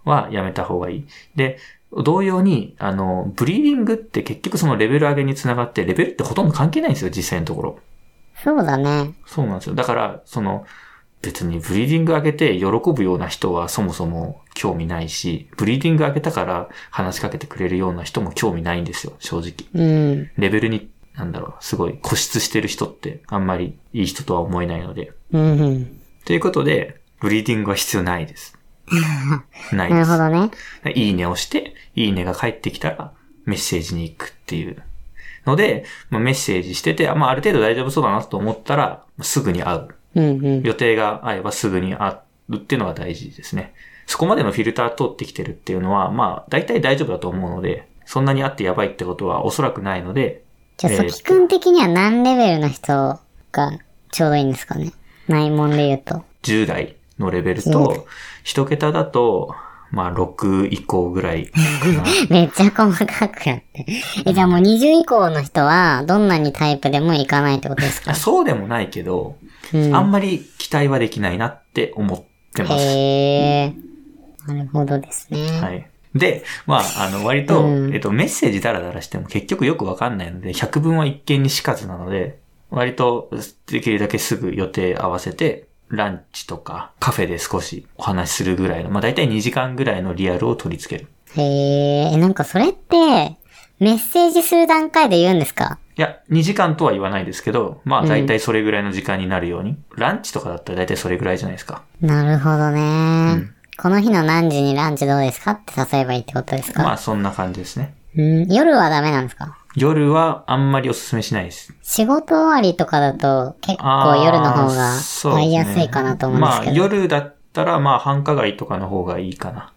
[SPEAKER 1] はやめた方がいい。で、同様に、あの、ブリーディングって結局そのレベル上げにつながって、レベルってほとんど関係ないんですよ、実際のところ。
[SPEAKER 2] そうだね。
[SPEAKER 1] そうなんですよ。だから、その、別にブリーディング上げて喜ぶような人はそもそも興味ないし、ブリーディング上げたから話しかけてくれるような人も興味ないんですよ、正直。
[SPEAKER 2] うん。
[SPEAKER 1] レベルに、なんだろう、すごい固執してる人ってあんまりいい人とは思えないので。
[SPEAKER 2] うんうん。
[SPEAKER 1] ということで、ブリーディングは必要ない です。ない
[SPEAKER 2] な
[SPEAKER 1] で
[SPEAKER 2] る
[SPEAKER 1] す
[SPEAKER 2] ほ。どね。
[SPEAKER 1] いいねをして、いいねが返ってきたら、メッセージに行くっていう。ので、まあ、メッセージしてて、あまあ、ある程度大丈夫そうだなと思ったら、すぐに会う。
[SPEAKER 2] うんうん。
[SPEAKER 1] 予定が合えばすぐに会うっていうのが大事ですね。そこまでのフィルター通ってきてるっていうのは、まあ、大体大丈夫だと思うので、そんなに会ってやばいってことはおそらくないので、
[SPEAKER 2] じゃあ、
[SPEAKER 1] えー
[SPEAKER 2] ソキ君的には何レベルの人がちょうどいいんですかね内門で言うと。
[SPEAKER 1] 10代のレベル
[SPEAKER 2] うん
[SPEAKER 1] と、一桁だと、まあ、6以降ぐらいか な。
[SPEAKER 2] めっちゃ細かくやって。え、じゃあもう20以降の人は、どんなにタイプでもいかないってことですか
[SPEAKER 1] あそうでもないけど、
[SPEAKER 2] うん
[SPEAKER 1] あんまり期待はできないなって思ってます。
[SPEAKER 2] へえ。なるほどですね。
[SPEAKER 1] はい。で、まあ、あの、割と、
[SPEAKER 2] うん
[SPEAKER 1] えっと、メッセージダラダラしても結局よくわかんないので、百分は一見にしかずなので、割と、できるだけすぐ予定合わせて、ランチとかカフェで少しお話しするぐらいの、まあ、大体2時間ぐらいのリアルを取り付ける。
[SPEAKER 2] へえ、なんかそれって、メッセージする段階で言うんですか
[SPEAKER 1] いや、2時間とは言わないですけど、まあ、
[SPEAKER 2] うん
[SPEAKER 1] 大体それぐらいの時間になるように、ランチとかだったら大体それぐらいじゃないですか。
[SPEAKER 2] なるほどね、この日の何時にランチどうですかって誘えばいいってことですか、
[SPEAKER 1] まあ、そんな感じですね。
[SPEAKER 2] うん、夜はダメなんですか
[SPEAKER 1] 夜はあんまりおすすめしないです。
[SPEAKER 2] 仕事終わりとかだと結構
[SPEAKER 1] あー
[SPEAKER 2] 夜の方
[SPEAKER 1] そ
[SPEAKER 2] が
[SPEAKER 1] うで
[SPEAKER 2] 会
[SPEAKER 1] す
[SPEAKER 2] い
[SPEAKER 1] ね
[SPEAKER 2] やすいかなと思うんですけど。
[SPEAKER 1] まあ、夜だったら、まあ、繁華街とかの方がいいか な。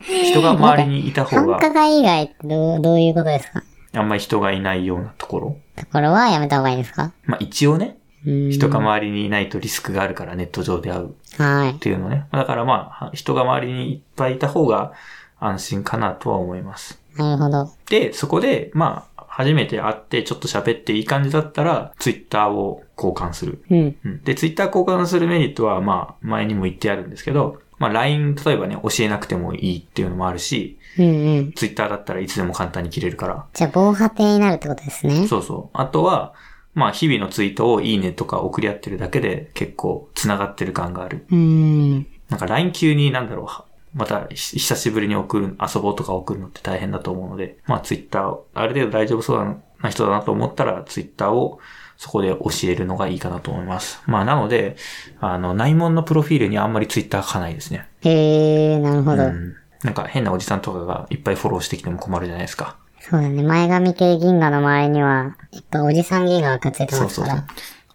[SPEAKER 1] 人が周りにいた方
[SPEAKER 2] 繁華
[SPEAKER 1] が、
[SPEAKER 2] 街以外ってどうどういうことですか
[SPEAKER 1] あんまり人がいないようなところ。
[SPEAKER 2] ところはやめた方がいいですか
[SPEAKER 1] まあ、一応ね、
[SPEAKER 2] うん
[SPEAKER 1] 人が周りにいないとリスクがあるから、ネット上で会うっ
[SPEAKER 2] はい。
[SPEAKER 1] ていうのね。だからまあ、人が周りにいっぱいいた方が安心かなとは思います。
[SPEAKER 2] なるほど。
[SPEAKER 1] で、そこで、まあ、初めて会って、ちょっと喋っていい感じだったら、ツイッターを交換する。
[SPEAKER 2] うん。
[SPEAKER 1] うんで、ツイッター交換するメリットは、まあ、前にも言ってあるんですけど、まあ、LINE、例えばね、教えなくてもいいっていうのもあるし、
[SPEAKER 2] うんうん。
[SPEAKER 1] ツイッターだったらいつでも簡単に切れるか
[SPEAKER 2] じゃあ防波堤になるってことです
[SPEAKER 1] ら。
[SPEAKER 2] ね。
[SPEAKER 1] そうそう。あとは、まあ、日々のツイートをいいねとか送り合ってるだけで結構繋がってる感がある。
[SPEAKER 2] うん。
[SPEAKER 1] なんか LINE 急になんだろう、はまたひ久しぶりに送る、遊ぼうとか送るのって大変だと思うので、まあ、ツイッターを、ある程度大丈夫そうな人だなと思ったら、ツイッターをそこで教えるのがいいかなと思います。まあ、なので、あの、内門のプロフィールにあんまりツイッター書かないですね。
[SPEAKER 2] へえ、なるほど、
[SPEAKER 1] うん。なんか変なおじさんとかがいっぱいフォローしてきても困るじゃないですか。
[SPEAKER 2] そうだね。前髪系銀河の周りには、いっぱいおじさん銀河がくっついて
[SPEAKER 1] そ
[SPEAKER 2] ま
[SPEAKER 1] う
[SPEAKER 2] す
[SPEAKER 1] そ
[SPEAKER 2] か
[SPEAKER 1] う
[SPEAKER 2] ら。
[SPEAKER 1] そう。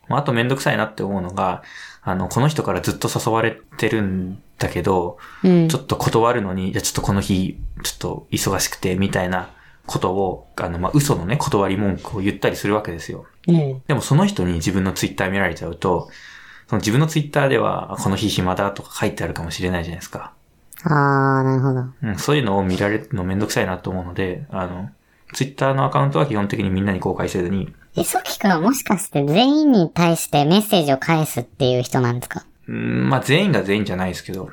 [SPEAKER 1] まあ、あとめんどくさいなって思うのが、あの、この人からずっと誘われてるんだけど、
[SPEAKER 2] うん
[SPEAKER 1] ちょ。っと断るのに、いや、ちょっとこの日、ちょっと忙しくて、みたいなことを、あの、まあ、嘘のね、断り文句を言ったりするわけですよ。
[SPEAKER 2] うん。
[SPEAKER 1] でもその人に自分のツイッター見られちゃうと、その自分のツイッターでは、この日暇だとか書いてあるかもしれないじゃないですか。
[SPEAKER 2] あー、なるほど。
[SPEAKER 1] うん、そういうのを見られるのめんどくさいなと思うので、あの、ツイッターのアカウントは基本的にみんなに公開せずに、
[SPEAKER 2] え、ソキ君はもしかして全員に対してメッセージを返すっていう人なんですか
[SPEAKER 1] うん、まあ全員が全員じゃないですけど、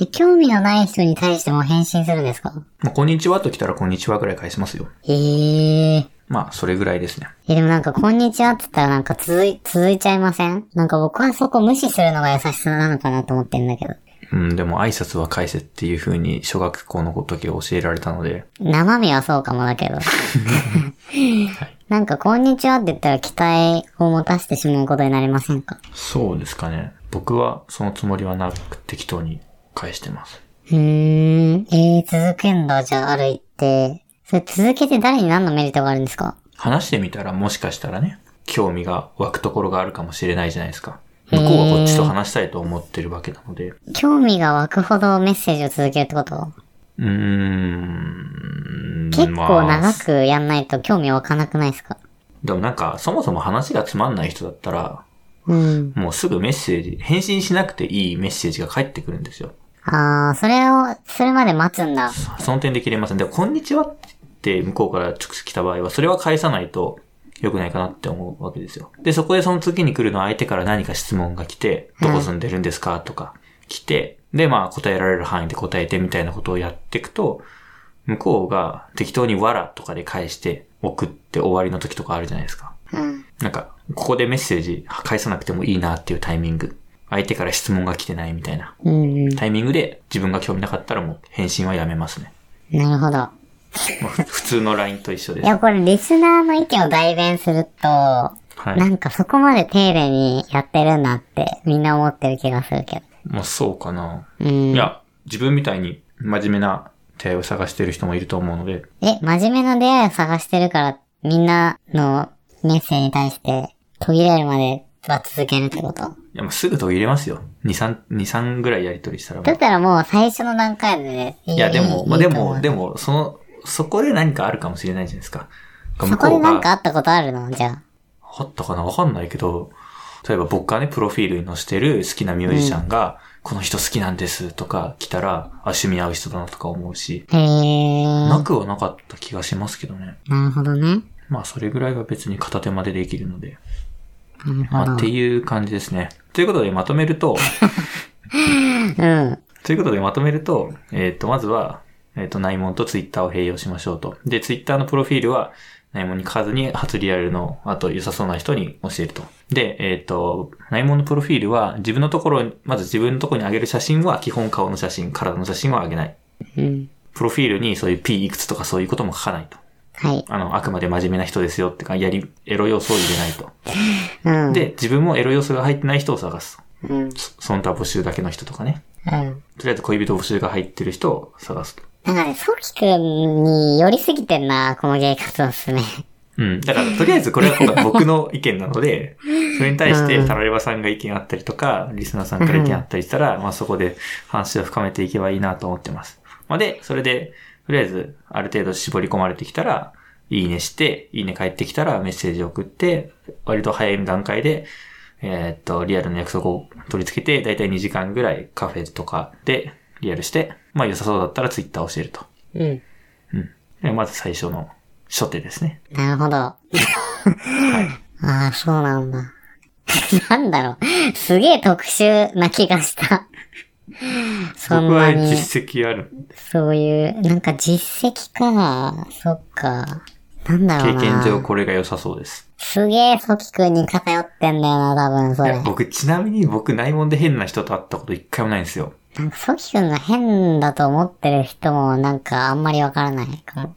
[SPEAKER 2] え、興味のない人に対しても返信するんですか
[SPEAKER 1] まあ、こんにちはと来たらこんにちはぐらい返しますよ。
[SPEAKER 2] えー。
[SPEAKER 1] まあ、それぐらいですね。
[SPEAKER 2] え、でもなんか、こんにちはって言ったらなんか続い、続いちゃいませんなんか僕はそこ無視するのが優しさなのかなと思ってんだけど。
[SPEAKER 1] うん、でも挨拶は返せっていう風に小学校の時教えられたので、
[SPEAKER 2] 生身はそうかもだけど。 なんか、こんにちはって言ったら期待を持たせてしまうことになりませんか
[SPEAKER 1] そうですかね。僕はそのつもりはなく適当に返してます。
[SPEAKER 2] うーん。えー、続くんだ、じゃあ歩いて。それ続けて誰に何のメリットがあるんですか
[SPEAKER 1] 話してみたらもしかしたらね、興味が湧くところがあるかもしれないじゃないですか。向こうはこっちと話したいと思ってるわけなので、
[SPEAKER 2] 興味が湧くほどメッセージを続けるってこと
[SPEAKER 1] うーん。
[SPEAKER 2] 結構
[SPEAKER 1] ま
[SPEAKER 2] 長
[SPEAKER 1] あ
[SPEAKER 2] くやんないと興味湧かなくないですか
[SPEAKER 1] でもなんか、そもそも話がつまんない人だったら、
[SPEAKER 2] うん。
[SPEAKER 1] もうすぐメッセージ、返信しなくていいメッセージが返ってくるんですよ。
[SPEAKER 2] あー、それを、それまで待つんだ。
[SPEAKER 1] その点で切れません。で、こんにちはって向こうから直接来た場合は、それは返さないと良くないかなって思うわけですよ。で、そこでその次に来るのは相手から何か質問が来て、
[SPEAKER 2] うん
[SPEAKER 1] どこ住んでるんですかとか来て、で、まあ答えられる範囲で答えてみたいなことをやっていくと、向こうが適当にわらとかで返して送って終わりの時とかあるじゃないですか。
[SPEAKER 2] うん。
[SPEAKER 1] なんか、ここでメッセージ返さなくてもいいなっていうタイミング。相手から質問が来てないみたいな
[SPEAKER 2] うんうん。
[SPEAKER 1] タイミングで自分が興味なかったらもう返信はやめますね。
[SPEAKER 2] なるほど。
[SPEAKER 1] まあふ普通の LINE と一緒で
[SPEAKER 2] い
[SPEAKER 1] す。
[SPEAKER 2] や、これリスナーの意見を代弁すると、
[SPEAKER 1] はい
[SPEAKER 2] な。んかそこまで丁寧にやってるんだってみんな思ってる気がするけど。
[SPEAKER 1] まあそうかな。
[SPEAKER 2] うん。
[SPEAKER 1] いや、自分みたいに真面目な出会いを探してる人もいると思うので、
[SPEAKER 2] え、真面目な出会いを探してるから、みんなのメッセージに対して途切れるまでは続けるってこと
[SPEAKER 1] いや、もうすぐ途切れますよ。2、3、2、3ぐらいやりとりしたらも
[SPEAKER 2] だっ
[SPEAKER 1] う。
[SPEAKER 2] たらもう最初の段階でいい。
[SPEAKER 1] いや、でも、まあ
[SPEAKER 2] いい
[SPEAKER 1] で
[SPEAKER 2] と思
[SPEAKER 1] も、
[SPEAKER 2] う
[SPEAKER 1] でも、その、そこで何かあるかもしれないじゃないですか。
[SPEAKER 2] そこでなんかあったことあるのじゃあ。
[SPEAKER 1] あったかなわかんないけど、例えば僕がね、プロフィールに載せてる好きなミュージシャンが、この人好きなんですとか来たら、あ、趣味合う人だなとか思うし、
[SPEAKER 2] へー。
[SPEAKER 1] なくはなかった気がしますけどね。
[SPEAKER 2] なるほどね。
[SPEAKER 1] まあ、それぐらいは別に片手間でできるので。
[SPEAKER 2] なるほ
[SPEAKER 1] ま
[SPEAKER 2] ど。
[SPEAKER 1] あ、っていう感じですね。ということで、まとめると、
[SPEAKER 2] うん。
[SPEAKER 1] ということでまとめると、えっ、と、まずは、えっ、と、内門とツイッターを併用しましょうと。で、ツイッターのプロフィールは、内門に書かずに、初リアルの、あと、良さそうな人に教えると。で、えっ、と、内門のプロフィールは、自分のところに、まず自分のところに上げる写真は、基本顔の写真、体の写真は上げない。
[SPEAKER 2] うん。
[SPEAKER 1] プロフィールにそういう P いくつとかそういうことも書かないと。
[SPEAKER 2] はい。
[SPEAKER 1] あの、あくまで真面目な人ですよってか、やり、エロ要素を入れないと。
[SPEAKER 2] うん。
[SPEAKER 1] で、自分もエロ要素が入ってない人を探すと。
[SPEAKER 2] うん。
[SPEAKER 1] そその他募集だけの人とかね。
[SPEAKER 2] うん。
[SPEAKER 1] とりあえず恋人募集が入ってる人を探すと。
[SPEAKER 2] なんかね、ソキ君に寄りすぎてんな、このゲイ活動すね。
[SPEAKER 1] うん。だから、とりあえずこれは今回僕の意見なので、それに対して、タラレバさんが意見あったりとか、リスナーさんから意見あったりしたら、まあそこで話を深めていけばいいなと思ってます。まあで、それで、とりあえず、ある程度絞り込まれてきたら、いいねして、いいね返ってきたらメッセージを送って、割と早い段階で、えーっと、リアルの約束を取り付けて、だいたい2時間ぐらいカフェとかでリアルして、まあ良さそうだったらツイッターを教えると。
[SPEAKER 2] うん。
[SPEAKER 1] うん。まず最初の初手ですね。
[SPEAKER 2] な るほど。ああ、そうなんだ。 なんだろう。すげえ特殊な気がした。そん
[SPEAKER 1] 僕
[SPEAKER 2] な
[SPEAKER 1] は
[SPEAKER 2] に、
[SPEAKER 1] 実績ある。
[SPEAKER 2] そういう、なんか実績か。そっか。なんだろう
[SPEAKER 1] 経
[SPEAKER 2] な。
[SPEAKER 1] 験上これが良さそうです。
[SPEAKER 2] すげえソキ君に偏ってんだよな、多分そ
[SPEAKER 1] い
[SPEAKER 2] れ。
[SPEAKER 1] や僕、ちなみに僕、内門で変な人と会ったこと一回もないんですよ。
[SPEAKER 2] なんかソキ君が変だと思ってる人もなんかあんまりわからないかも。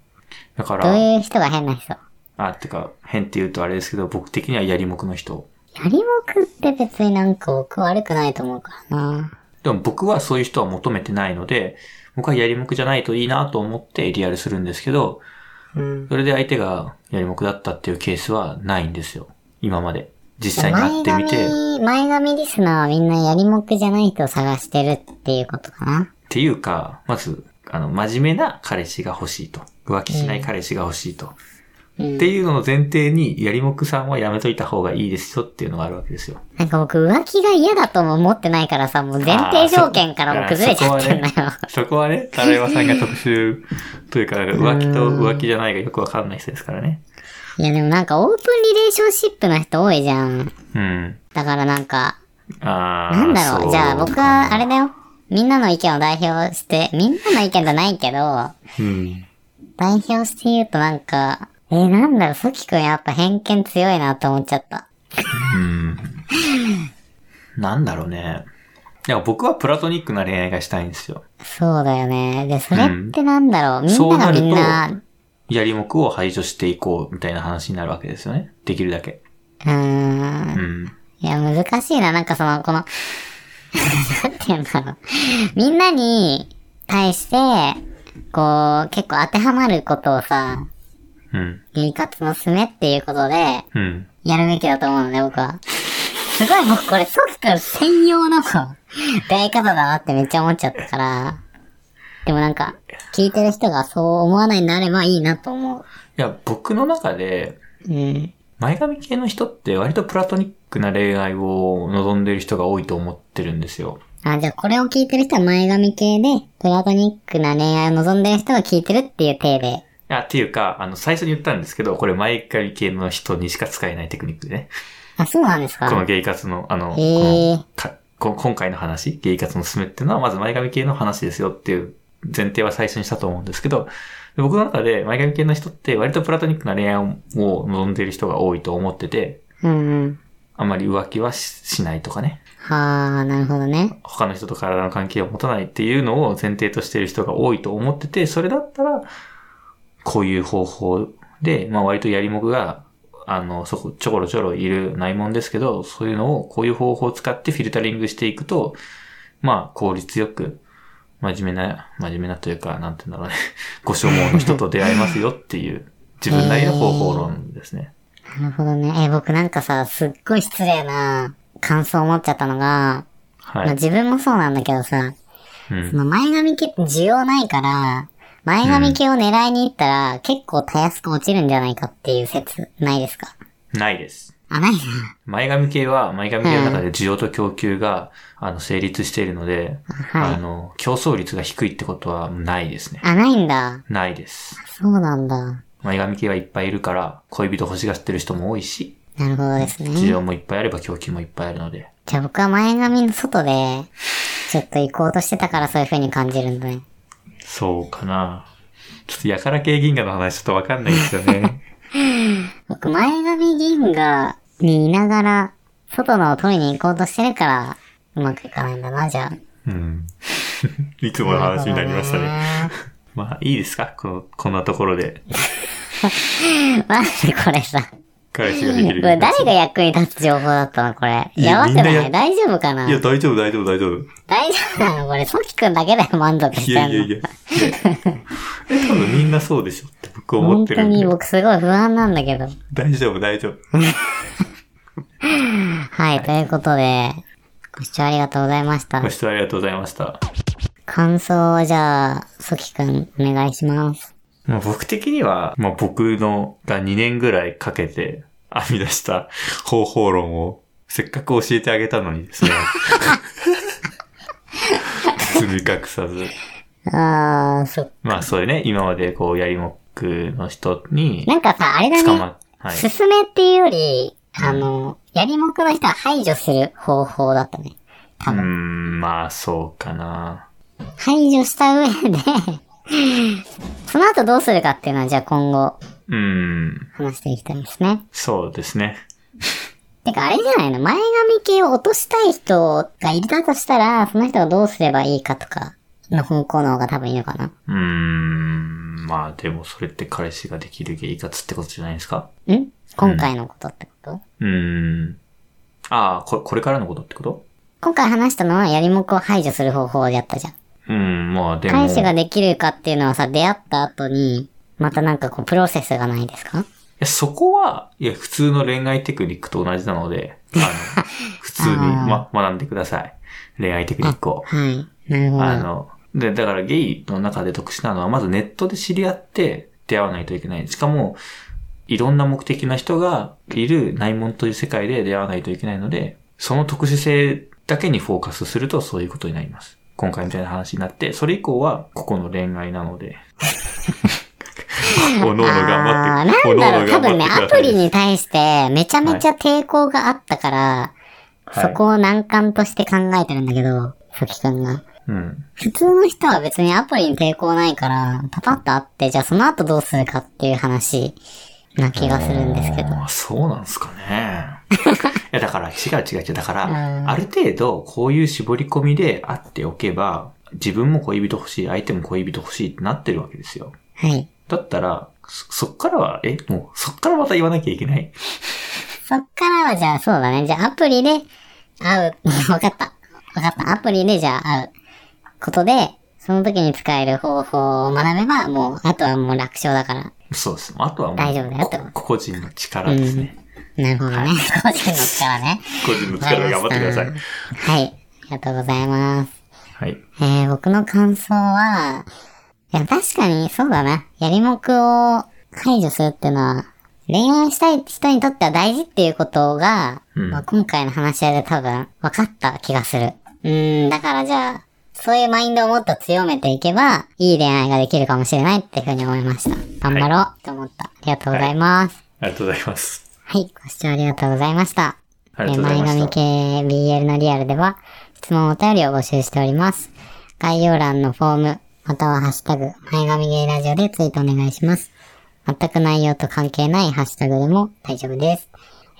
[SPEAKER 1] だか
[SPEAKER 2] どう
[SPEAKER 1] ら、
[SPEAKER 2] いう人が変な人
[SPEAKER 1] あ、ってか、変って言うとあれですけど、僕的にはやりもくの人。
[SPEAKER 2] やりもくって別になんか僕悪くないと思うからな。
[SPEAKER 1] でも僕はそういう人は求めてないので、僕はやりもくじゃないといいなと思ってリアルするんですけど、
[SPEAKER 2] うん。
[SPEAKER 1] それで相手がやりもくだったっていうケースはないんですよ。今まで。実際に会
[SPEAKER 2] 前
[SPEAKER 1] ってみて、っ
[SPEAKER 2] 髪、前髪リスナーはみんなやりもくじゃない人を探してるっていうことかな。
[SPEAKER 1] ていうか、まず、あの、真面目な彼氏が欲しいと。浮気しない彼氏が欲しいと。
[SPEAKER 2] うん
[SPEAKER 1] っていうのの前提に、やりもくさんはやめといた方がいいですよっていうのがあるわけですよ。
[SPEAKER 2] なんか僕浮気が嫌だとも思ってないからさ、もう前提条件からもう崩れちゃってんだよ。
[SPEAKER 1] そこはね、タラヤマさんが特集というか、浮気と浮気じゃないがよくわかんない人ですからね。
[SPEAKER 2] いやでもなんかオープンリレーションシップの人多いじゃん。
[SPEAKER 1] うん。
[SPEAKER 2] だからなんか、
[SPEAKER 1] あー
[SPEAKER 2] なんだろ。
[SPEAKER 1] そう
[SPEAKER 2] じゃあ僕はあれだよ。みんなの意見を代表して、みんなの意見じゃないけど、
[SPEAKER 1] うん。
[SPEAKER 2] 代表して言うとなんか、えー、なんだろう、ソキ君やっぱ偏見強いなと思っちゃった。
[SPEAKER 1] うん。なんだろうね。いや、僕はプラトニックな恋愛がしたいんですよ。
[SPEAKER 2] そうだよね。で、それってなんだろう、みん
[SPEAKER 1] そうな
[SPEAKER 2] なが
[SPEAKER 1] ると
[SPEAKER 2] みんな、
[SPEAKER 1] やりもくを排除していこうみたいな話になるわけですよね。できるだけ。
[SPEAKER 2] うー。
[SPEAKER 1] うんん。
[SPEAKER 2] いや、難しいな。なんかその、 この、なんて言うんだろう。みんなに対して、こう、結構当てはまることをさ、
[SPEAKER 1] うん。
[SPEAKER 2] ゲイ活のすめっていうことで、
[SPEAKER 1] うん。
[SPEAKER 2] やるべきだと思うのね、僕は。すごい、僕これ、ソフト専用の出会い方だなってめっちゃ思っちゃったから。でもなんか、聞いてる人がそう思わないんであればいいなと思う。
[SPEAKER 1] いや、僕の中で、
[SPEAKER 2] うん。
[SPEAKER 1] 前髪系の人って割とプラトニックな恋愛を望んでる人が多いと思ってるんですよ。
[SPEAKER 2] あ、じゃあこれを聞いてる人は前髪系で、プラトニックな恋愛を望んでる人が聞いてるっていう体で。
[SPEAKER 1] あ、っていうか、あの、最初に言ったんですけど、これ前髪系の人にしか使えないテクニックでね。
[SPEAKER 2] あ、そうなんですか
[SPEAKER 1] このゲイ活の、あの、こ
[SPEAKER 2] へ
[SPEAKER 1] の
[SPEAKER 2] ー。
[SPEAKER 1] かこ今回の話、ゲイ活のすすめっていうのは、まず前髪系の話ですよっていう前提は最初にしたと思うんですけど、で僕の中で前髪系の人って割とプラトニックな恋愛を望んでる人が多いと思ってて、
[SPEAKER 2] うんうん。
[SPEAKER 1] あんまり浮気はししないとかね。
[SPEAKER 2] はあ、なるほどね。
[SPEAKER 1] 他の人と体の関係を持たないっていうのを前提としている人が多いと思ってて、それだったら、こういう方法で、まあ割とやりもくが、あの、そこ、ちょころちょろいるないもんですけど、そういうのを、こういう方法を使ってフィルタリングしていくと、まあ効率よく、真面目な、真面目なというか、なんて言うんだろうね、 ご所望の人と出会えますよっていう、自分なりの方法論ですね。
[SPEAKER 2] なるほどね。え、僕なんかさ、すっごい失礼な感想を持っちゃったのが、
[SPEAKER 1] は
[SPEAKER 2] まあ
[SPEAKER 1] い。
[SPEAKER 2] 自分もそうなんだけどさ、
[SPEAKER 1] うん
[SPEAKER 2] そ。の前髪系って需要ないから、前髪系を狙いに行ったら、結構たやすく落ちるんじゃないかっていう説ないですか
[SPEAKER 1] ないです。
[SPEAKER 2] あ、ないな。
[SPEAKER 1] 前髪系は、前髪系の中で需要と供給が、あの、成立しているので、
[SPEAKER 2] はい
[SPEAKER 1] あの、競争率が低いってことはないですね。
[SPEAKER 2] あ、ないんだ。
[SPEAKER 1] ないです。
[SPEAKER 2] そうなんだ。
[SPEAKER 1] 前髪系はいっぱいいるから、恋人欲しがってる人も多いし、
[SPEAKER 2] なるほどです
[SPEAKER 1] 需
[SPEAKER 2] ね。
[SPEAKER 1] 要もいっぱいあれば供給もいっぱいあるので。
[SPEAKER 2] じゃあ僕は前髪の外で、ちょっと行こうとしてたからそういう風に感じるんだね。
[SPEAKER 1] そうかな。ちょっとやから系銀河の話ちょっとわかんないですよね。
[SPEAKER 2] 僕、前髪銀河にいながら、外のを取りに行こうとしてるから、うまくいかないんだな、じゃあ。
[SPEAKER 1] うん。 いつもの話になりま したね。まあ、いいですかこの、こんなところで。
[SPEAKER 2] マジでこれさ。
[SPEAKER 1] 彼氏ができ
[SPEAKER 2] こ
[SPEAKER 1] る。
[SPEAKER 2] れ誰が役に立つ情報だったのこれ。
[SPEAKER 1] いや
[SPEAKER 2] やばくな
[SPEAKER 1] みんなや
[SPEAKER 2] い大丈夫かない
[SPEAKER 1] や、大丈夫、大丈夫、大丈夫。
[SPEAKER 2] 大丈夫なのこれ、ソキくんだけだよ、満足して
[SPEAKER 1] い
[SPEAKER 2] んの。
[SPEAKER 1] やいやいや。いや え、多分みんなそうでしょって僕思
[SPEAKER 2] 本
[SPEAKER 1] って
[SPEAKER 2] 当
[SPEAKER 1] るんで
[SPEAKER 2] に。僕すごい不安なんだけど。
[SPEAKER 1] 大丈夫、大丈夫。
[SPEAKER 2] はい、ということで、ご視聴ありがとうございました
[SPEAKER 1] ご。視聴ありがとうございました。
[SPEAKER 2] 感想をじゃあ、ソキくん、お願いします。
[SPEAKER 1] まあ、僕的には、まあ、僕のが2年ぐらいかけて編み出した方法論をせっかく教えてあげたのにです ね。包み隠さず。
[SPEAKER 2] あー、そっ
[SPEAKER 1] まあそういうね、今までこうやりもっくの人に
[SPEAKER 2] なんかさ、あれだ
[SPEAKER 1] 捕
[SPEAKER 2] ね。
[SPEAKER 1] まっ、はい。
[SPEAKER 2] 進めっていうより、あの、やりもくの人は排除する方法だったね。
[SPEAKER 1] うーん、まあそうかな。
[SPEAKER 2] 排除した上で、 その後どうするかっていうのは、じゃあ今後
[SPEAKER 1] うーん、
[SPEAKER 2] 話していきたいですね。
[SPEAKER 1] そうですね。
[SPEAKER 2] てかあれじゃないの前髪系を落としたい人がいたとしたら、その人がどうすればいいかとか、の方向の方が多分いいのかな。
[SPEAKER 1] うーん、まあでもそれって彼氏ができるゲイ活ってことじゃないですか
[SPEAKER 2] ん今回のことってこと、
[SPEAKER 1] うーん。ああ、ここれからのことってこと
[SPEAKER 2] 今回話したのはやりもくを排除する方法をやったじゃん。
[SPEAKER 1] うん、まあでも。
[SPEAKER 2] 彼氏ができるかっていうのはさ、出会った後に、またなんかこうプロセスがないですか
[SPEAKER 1] いや、そこは、いや、普通の恋愛テクニックと同じなので、あ の、普通に、ま、学んでください。恋愛テクニックを。
[SPEAKER 2] はい。なるほど。
[SPEAKER 1] あの、で、だからゲイの中で特殊なのは、まずネットで知り合って出会わないといけない。しかも、いろんな目的の人がいる内門という世界で出会わないといけないので、その特殊性だけにフォーカスするとそういうことになります。今回みたいな話になって、それ以降は、ここの恋愛なの で。おのおの頑張って、
[SPEAKER 2] あー
[SPEAKER 1] おのお
[SPEAKER 2] なんだろ
[SPEAKER 1] の
[SPEAKER 2] う、多
[SPEAKER 1] 頑張って
[SPEAKER 2] 分ね、
[SPEAKER 1] くださ
[SPEAKER 2] アプ
[SPEAKER 1] いです
[SPEAKER 2] リに対してめちゃめちゃ抵抗があったから、
[SPEAKER 1] はい
[SPEAKER 2] そこを難関として考えてるんだけど、さきくんが。
[SPEAKER 1] うん。
[SPEAKER 2] 普通の人は別にアプリに抵抗ないから、パパッと会って、じゃあその後どうするかっていう話な気がするんですけど。
[SPEAKER 1] あーそうなんですかね。 いや、だから、違う違う違う。だか
[SPEAKER 2] うん
[SPEAKER 1] ら、ある程度、こういう絞り込みで会っておけば、自分も恋人欲しい、相手も恋人欲しいってなってるわけですよ。
[SPEAKER 2] はい。
[SPEAKER 1] だったら、そ、そっからは、え、もう、そっからまた言わなきゃいけない
[SPEAKER 2] そっからはじゃあそうだね。じゃあアプリで会う。わかった。わかった。アプリでじゃあ会うことで、その時に使える方法を学べば、もう、あとはもう楽勝だから。
[SPEAKER 1] そうです。あとはもう、
[SPEAKER 2] 大丈夫だよと
[SPEAKER 1] こ個々人の力ですね。
[SPEAKER 2] なるほど ね。個人の力ね。
[SPEAKER 1] 個人の力で頑張ってください。
[SPEAKER 2] はい。ありがとうございます。
[SPEAKER 1] はい。
[SPEAKER 2] えー、僕の感想は、いや、確かにそうだな。やりもくを排除するっていうのは、恋愛したい人にとっては大事っていうことが、
[SPEAKER 1] うん
[SPEAKER 2] まあ、今回の話し合いで多分分かった気がする。うーん、だからじゃあ、そういうマインドをもっと強めていけば、いい恋愛ができるかもしれないっていうふうに思いました。頑張ろうって思った。ありがとうございます。
[SPEAKER 1] ありがとうございます。
[SPEAKER 2] はい、ご視聴ありがとうございました。
[SPEAKER 1] あ
[SPEAKER 2] え
[SPEAKER 1] りがとう
[SPEAKER 2] ー
[SPEAKER 1] ござい
[SPEAKER 2] 前
[SPEAKER 1] まし
[SPEAKER 2] 髪
[SPEAKER 1] た。
[SPEAKER 2] 系 BL のリアルでは、質問お便りを募集しております。概要欄のフォーム、またはハッシュタグ、前髪ゲイラジオでツイートお願いします。全く内容と関係ないハッシュタグでも大丈夫です。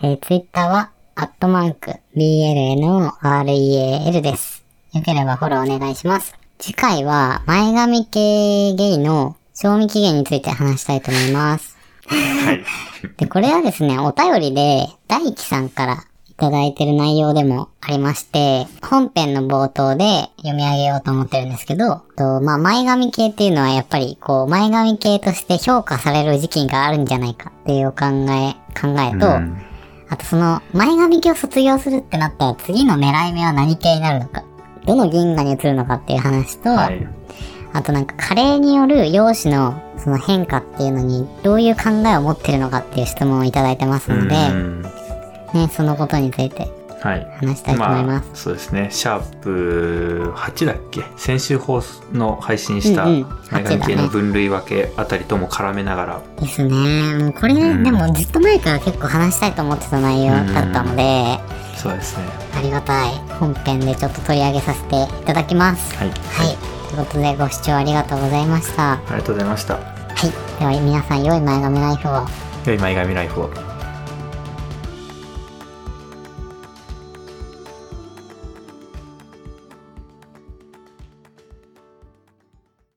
[SPEAKER 2] えー、ツイッターは、アットマーク、BLNOREAL です。よければフォローお願いします。次回は、前髪系ゲイの賞味期限について話したいと思います。
[SPEAKER 1] はい。
[SPEAKER 2] で、これはですね、お便りで、大輝さんからいただいてる内容でもありまして、本編の冒頭で読み上げようと思ってるんですけど、とまあ、前髪系っていうのはやっぱり、こう、前髪系として評価される時期があるんじゃないかっていうお考え、考えと、
[SPEAKER 1] うん
[SPEAKER 2] あとその、前髪系を卒業するってなったら、次の狙い目は何系になるのか、どの銀河に移るのかっていう話と、
[SPEAKER 1] はい。
[SPEAKER 2] あとなんか加齢による容姿のその変化っていうのにどういう考えを持ってるのかっていう質問をいただいてますので、
[SPEAKER 1] うん
[SPEAKER 2] ね、そのことについて
[SPEAKER 1] はい。
[SPEAKER 2] 話したいと思います。
[SPEAKER 1] あ、そうですね。シャープ8だっけ先週放送の配信した
[SPEAKER 2] うんうん
[SPEAKER 1] 前髪系
[SPEAKER 2] 8だね
[SPEAKER 1] の分類分けあたりとも絡めながら、
[SPEAKER 2] ですね。もうこれ、
[SPEAKER 1] ん
[SPEAKER 2] でもずっと前から結構話したいと思ってた内容だったので、
[SPEAKER 1] そうですね。
[SPEAKER 2] ありがたい本編でちょっと取り上げさせていただきます。
[SPEAKER 1] はい。
[SPEAKER 2] はい。ということでご視聴ありがとうございました。は
[SPEAKER 1] ありがとうございました。
[SPEAKER 2] い。では皆さん良い前髪ライフを。
[SPEAKER 1] 良い前髪ライフを。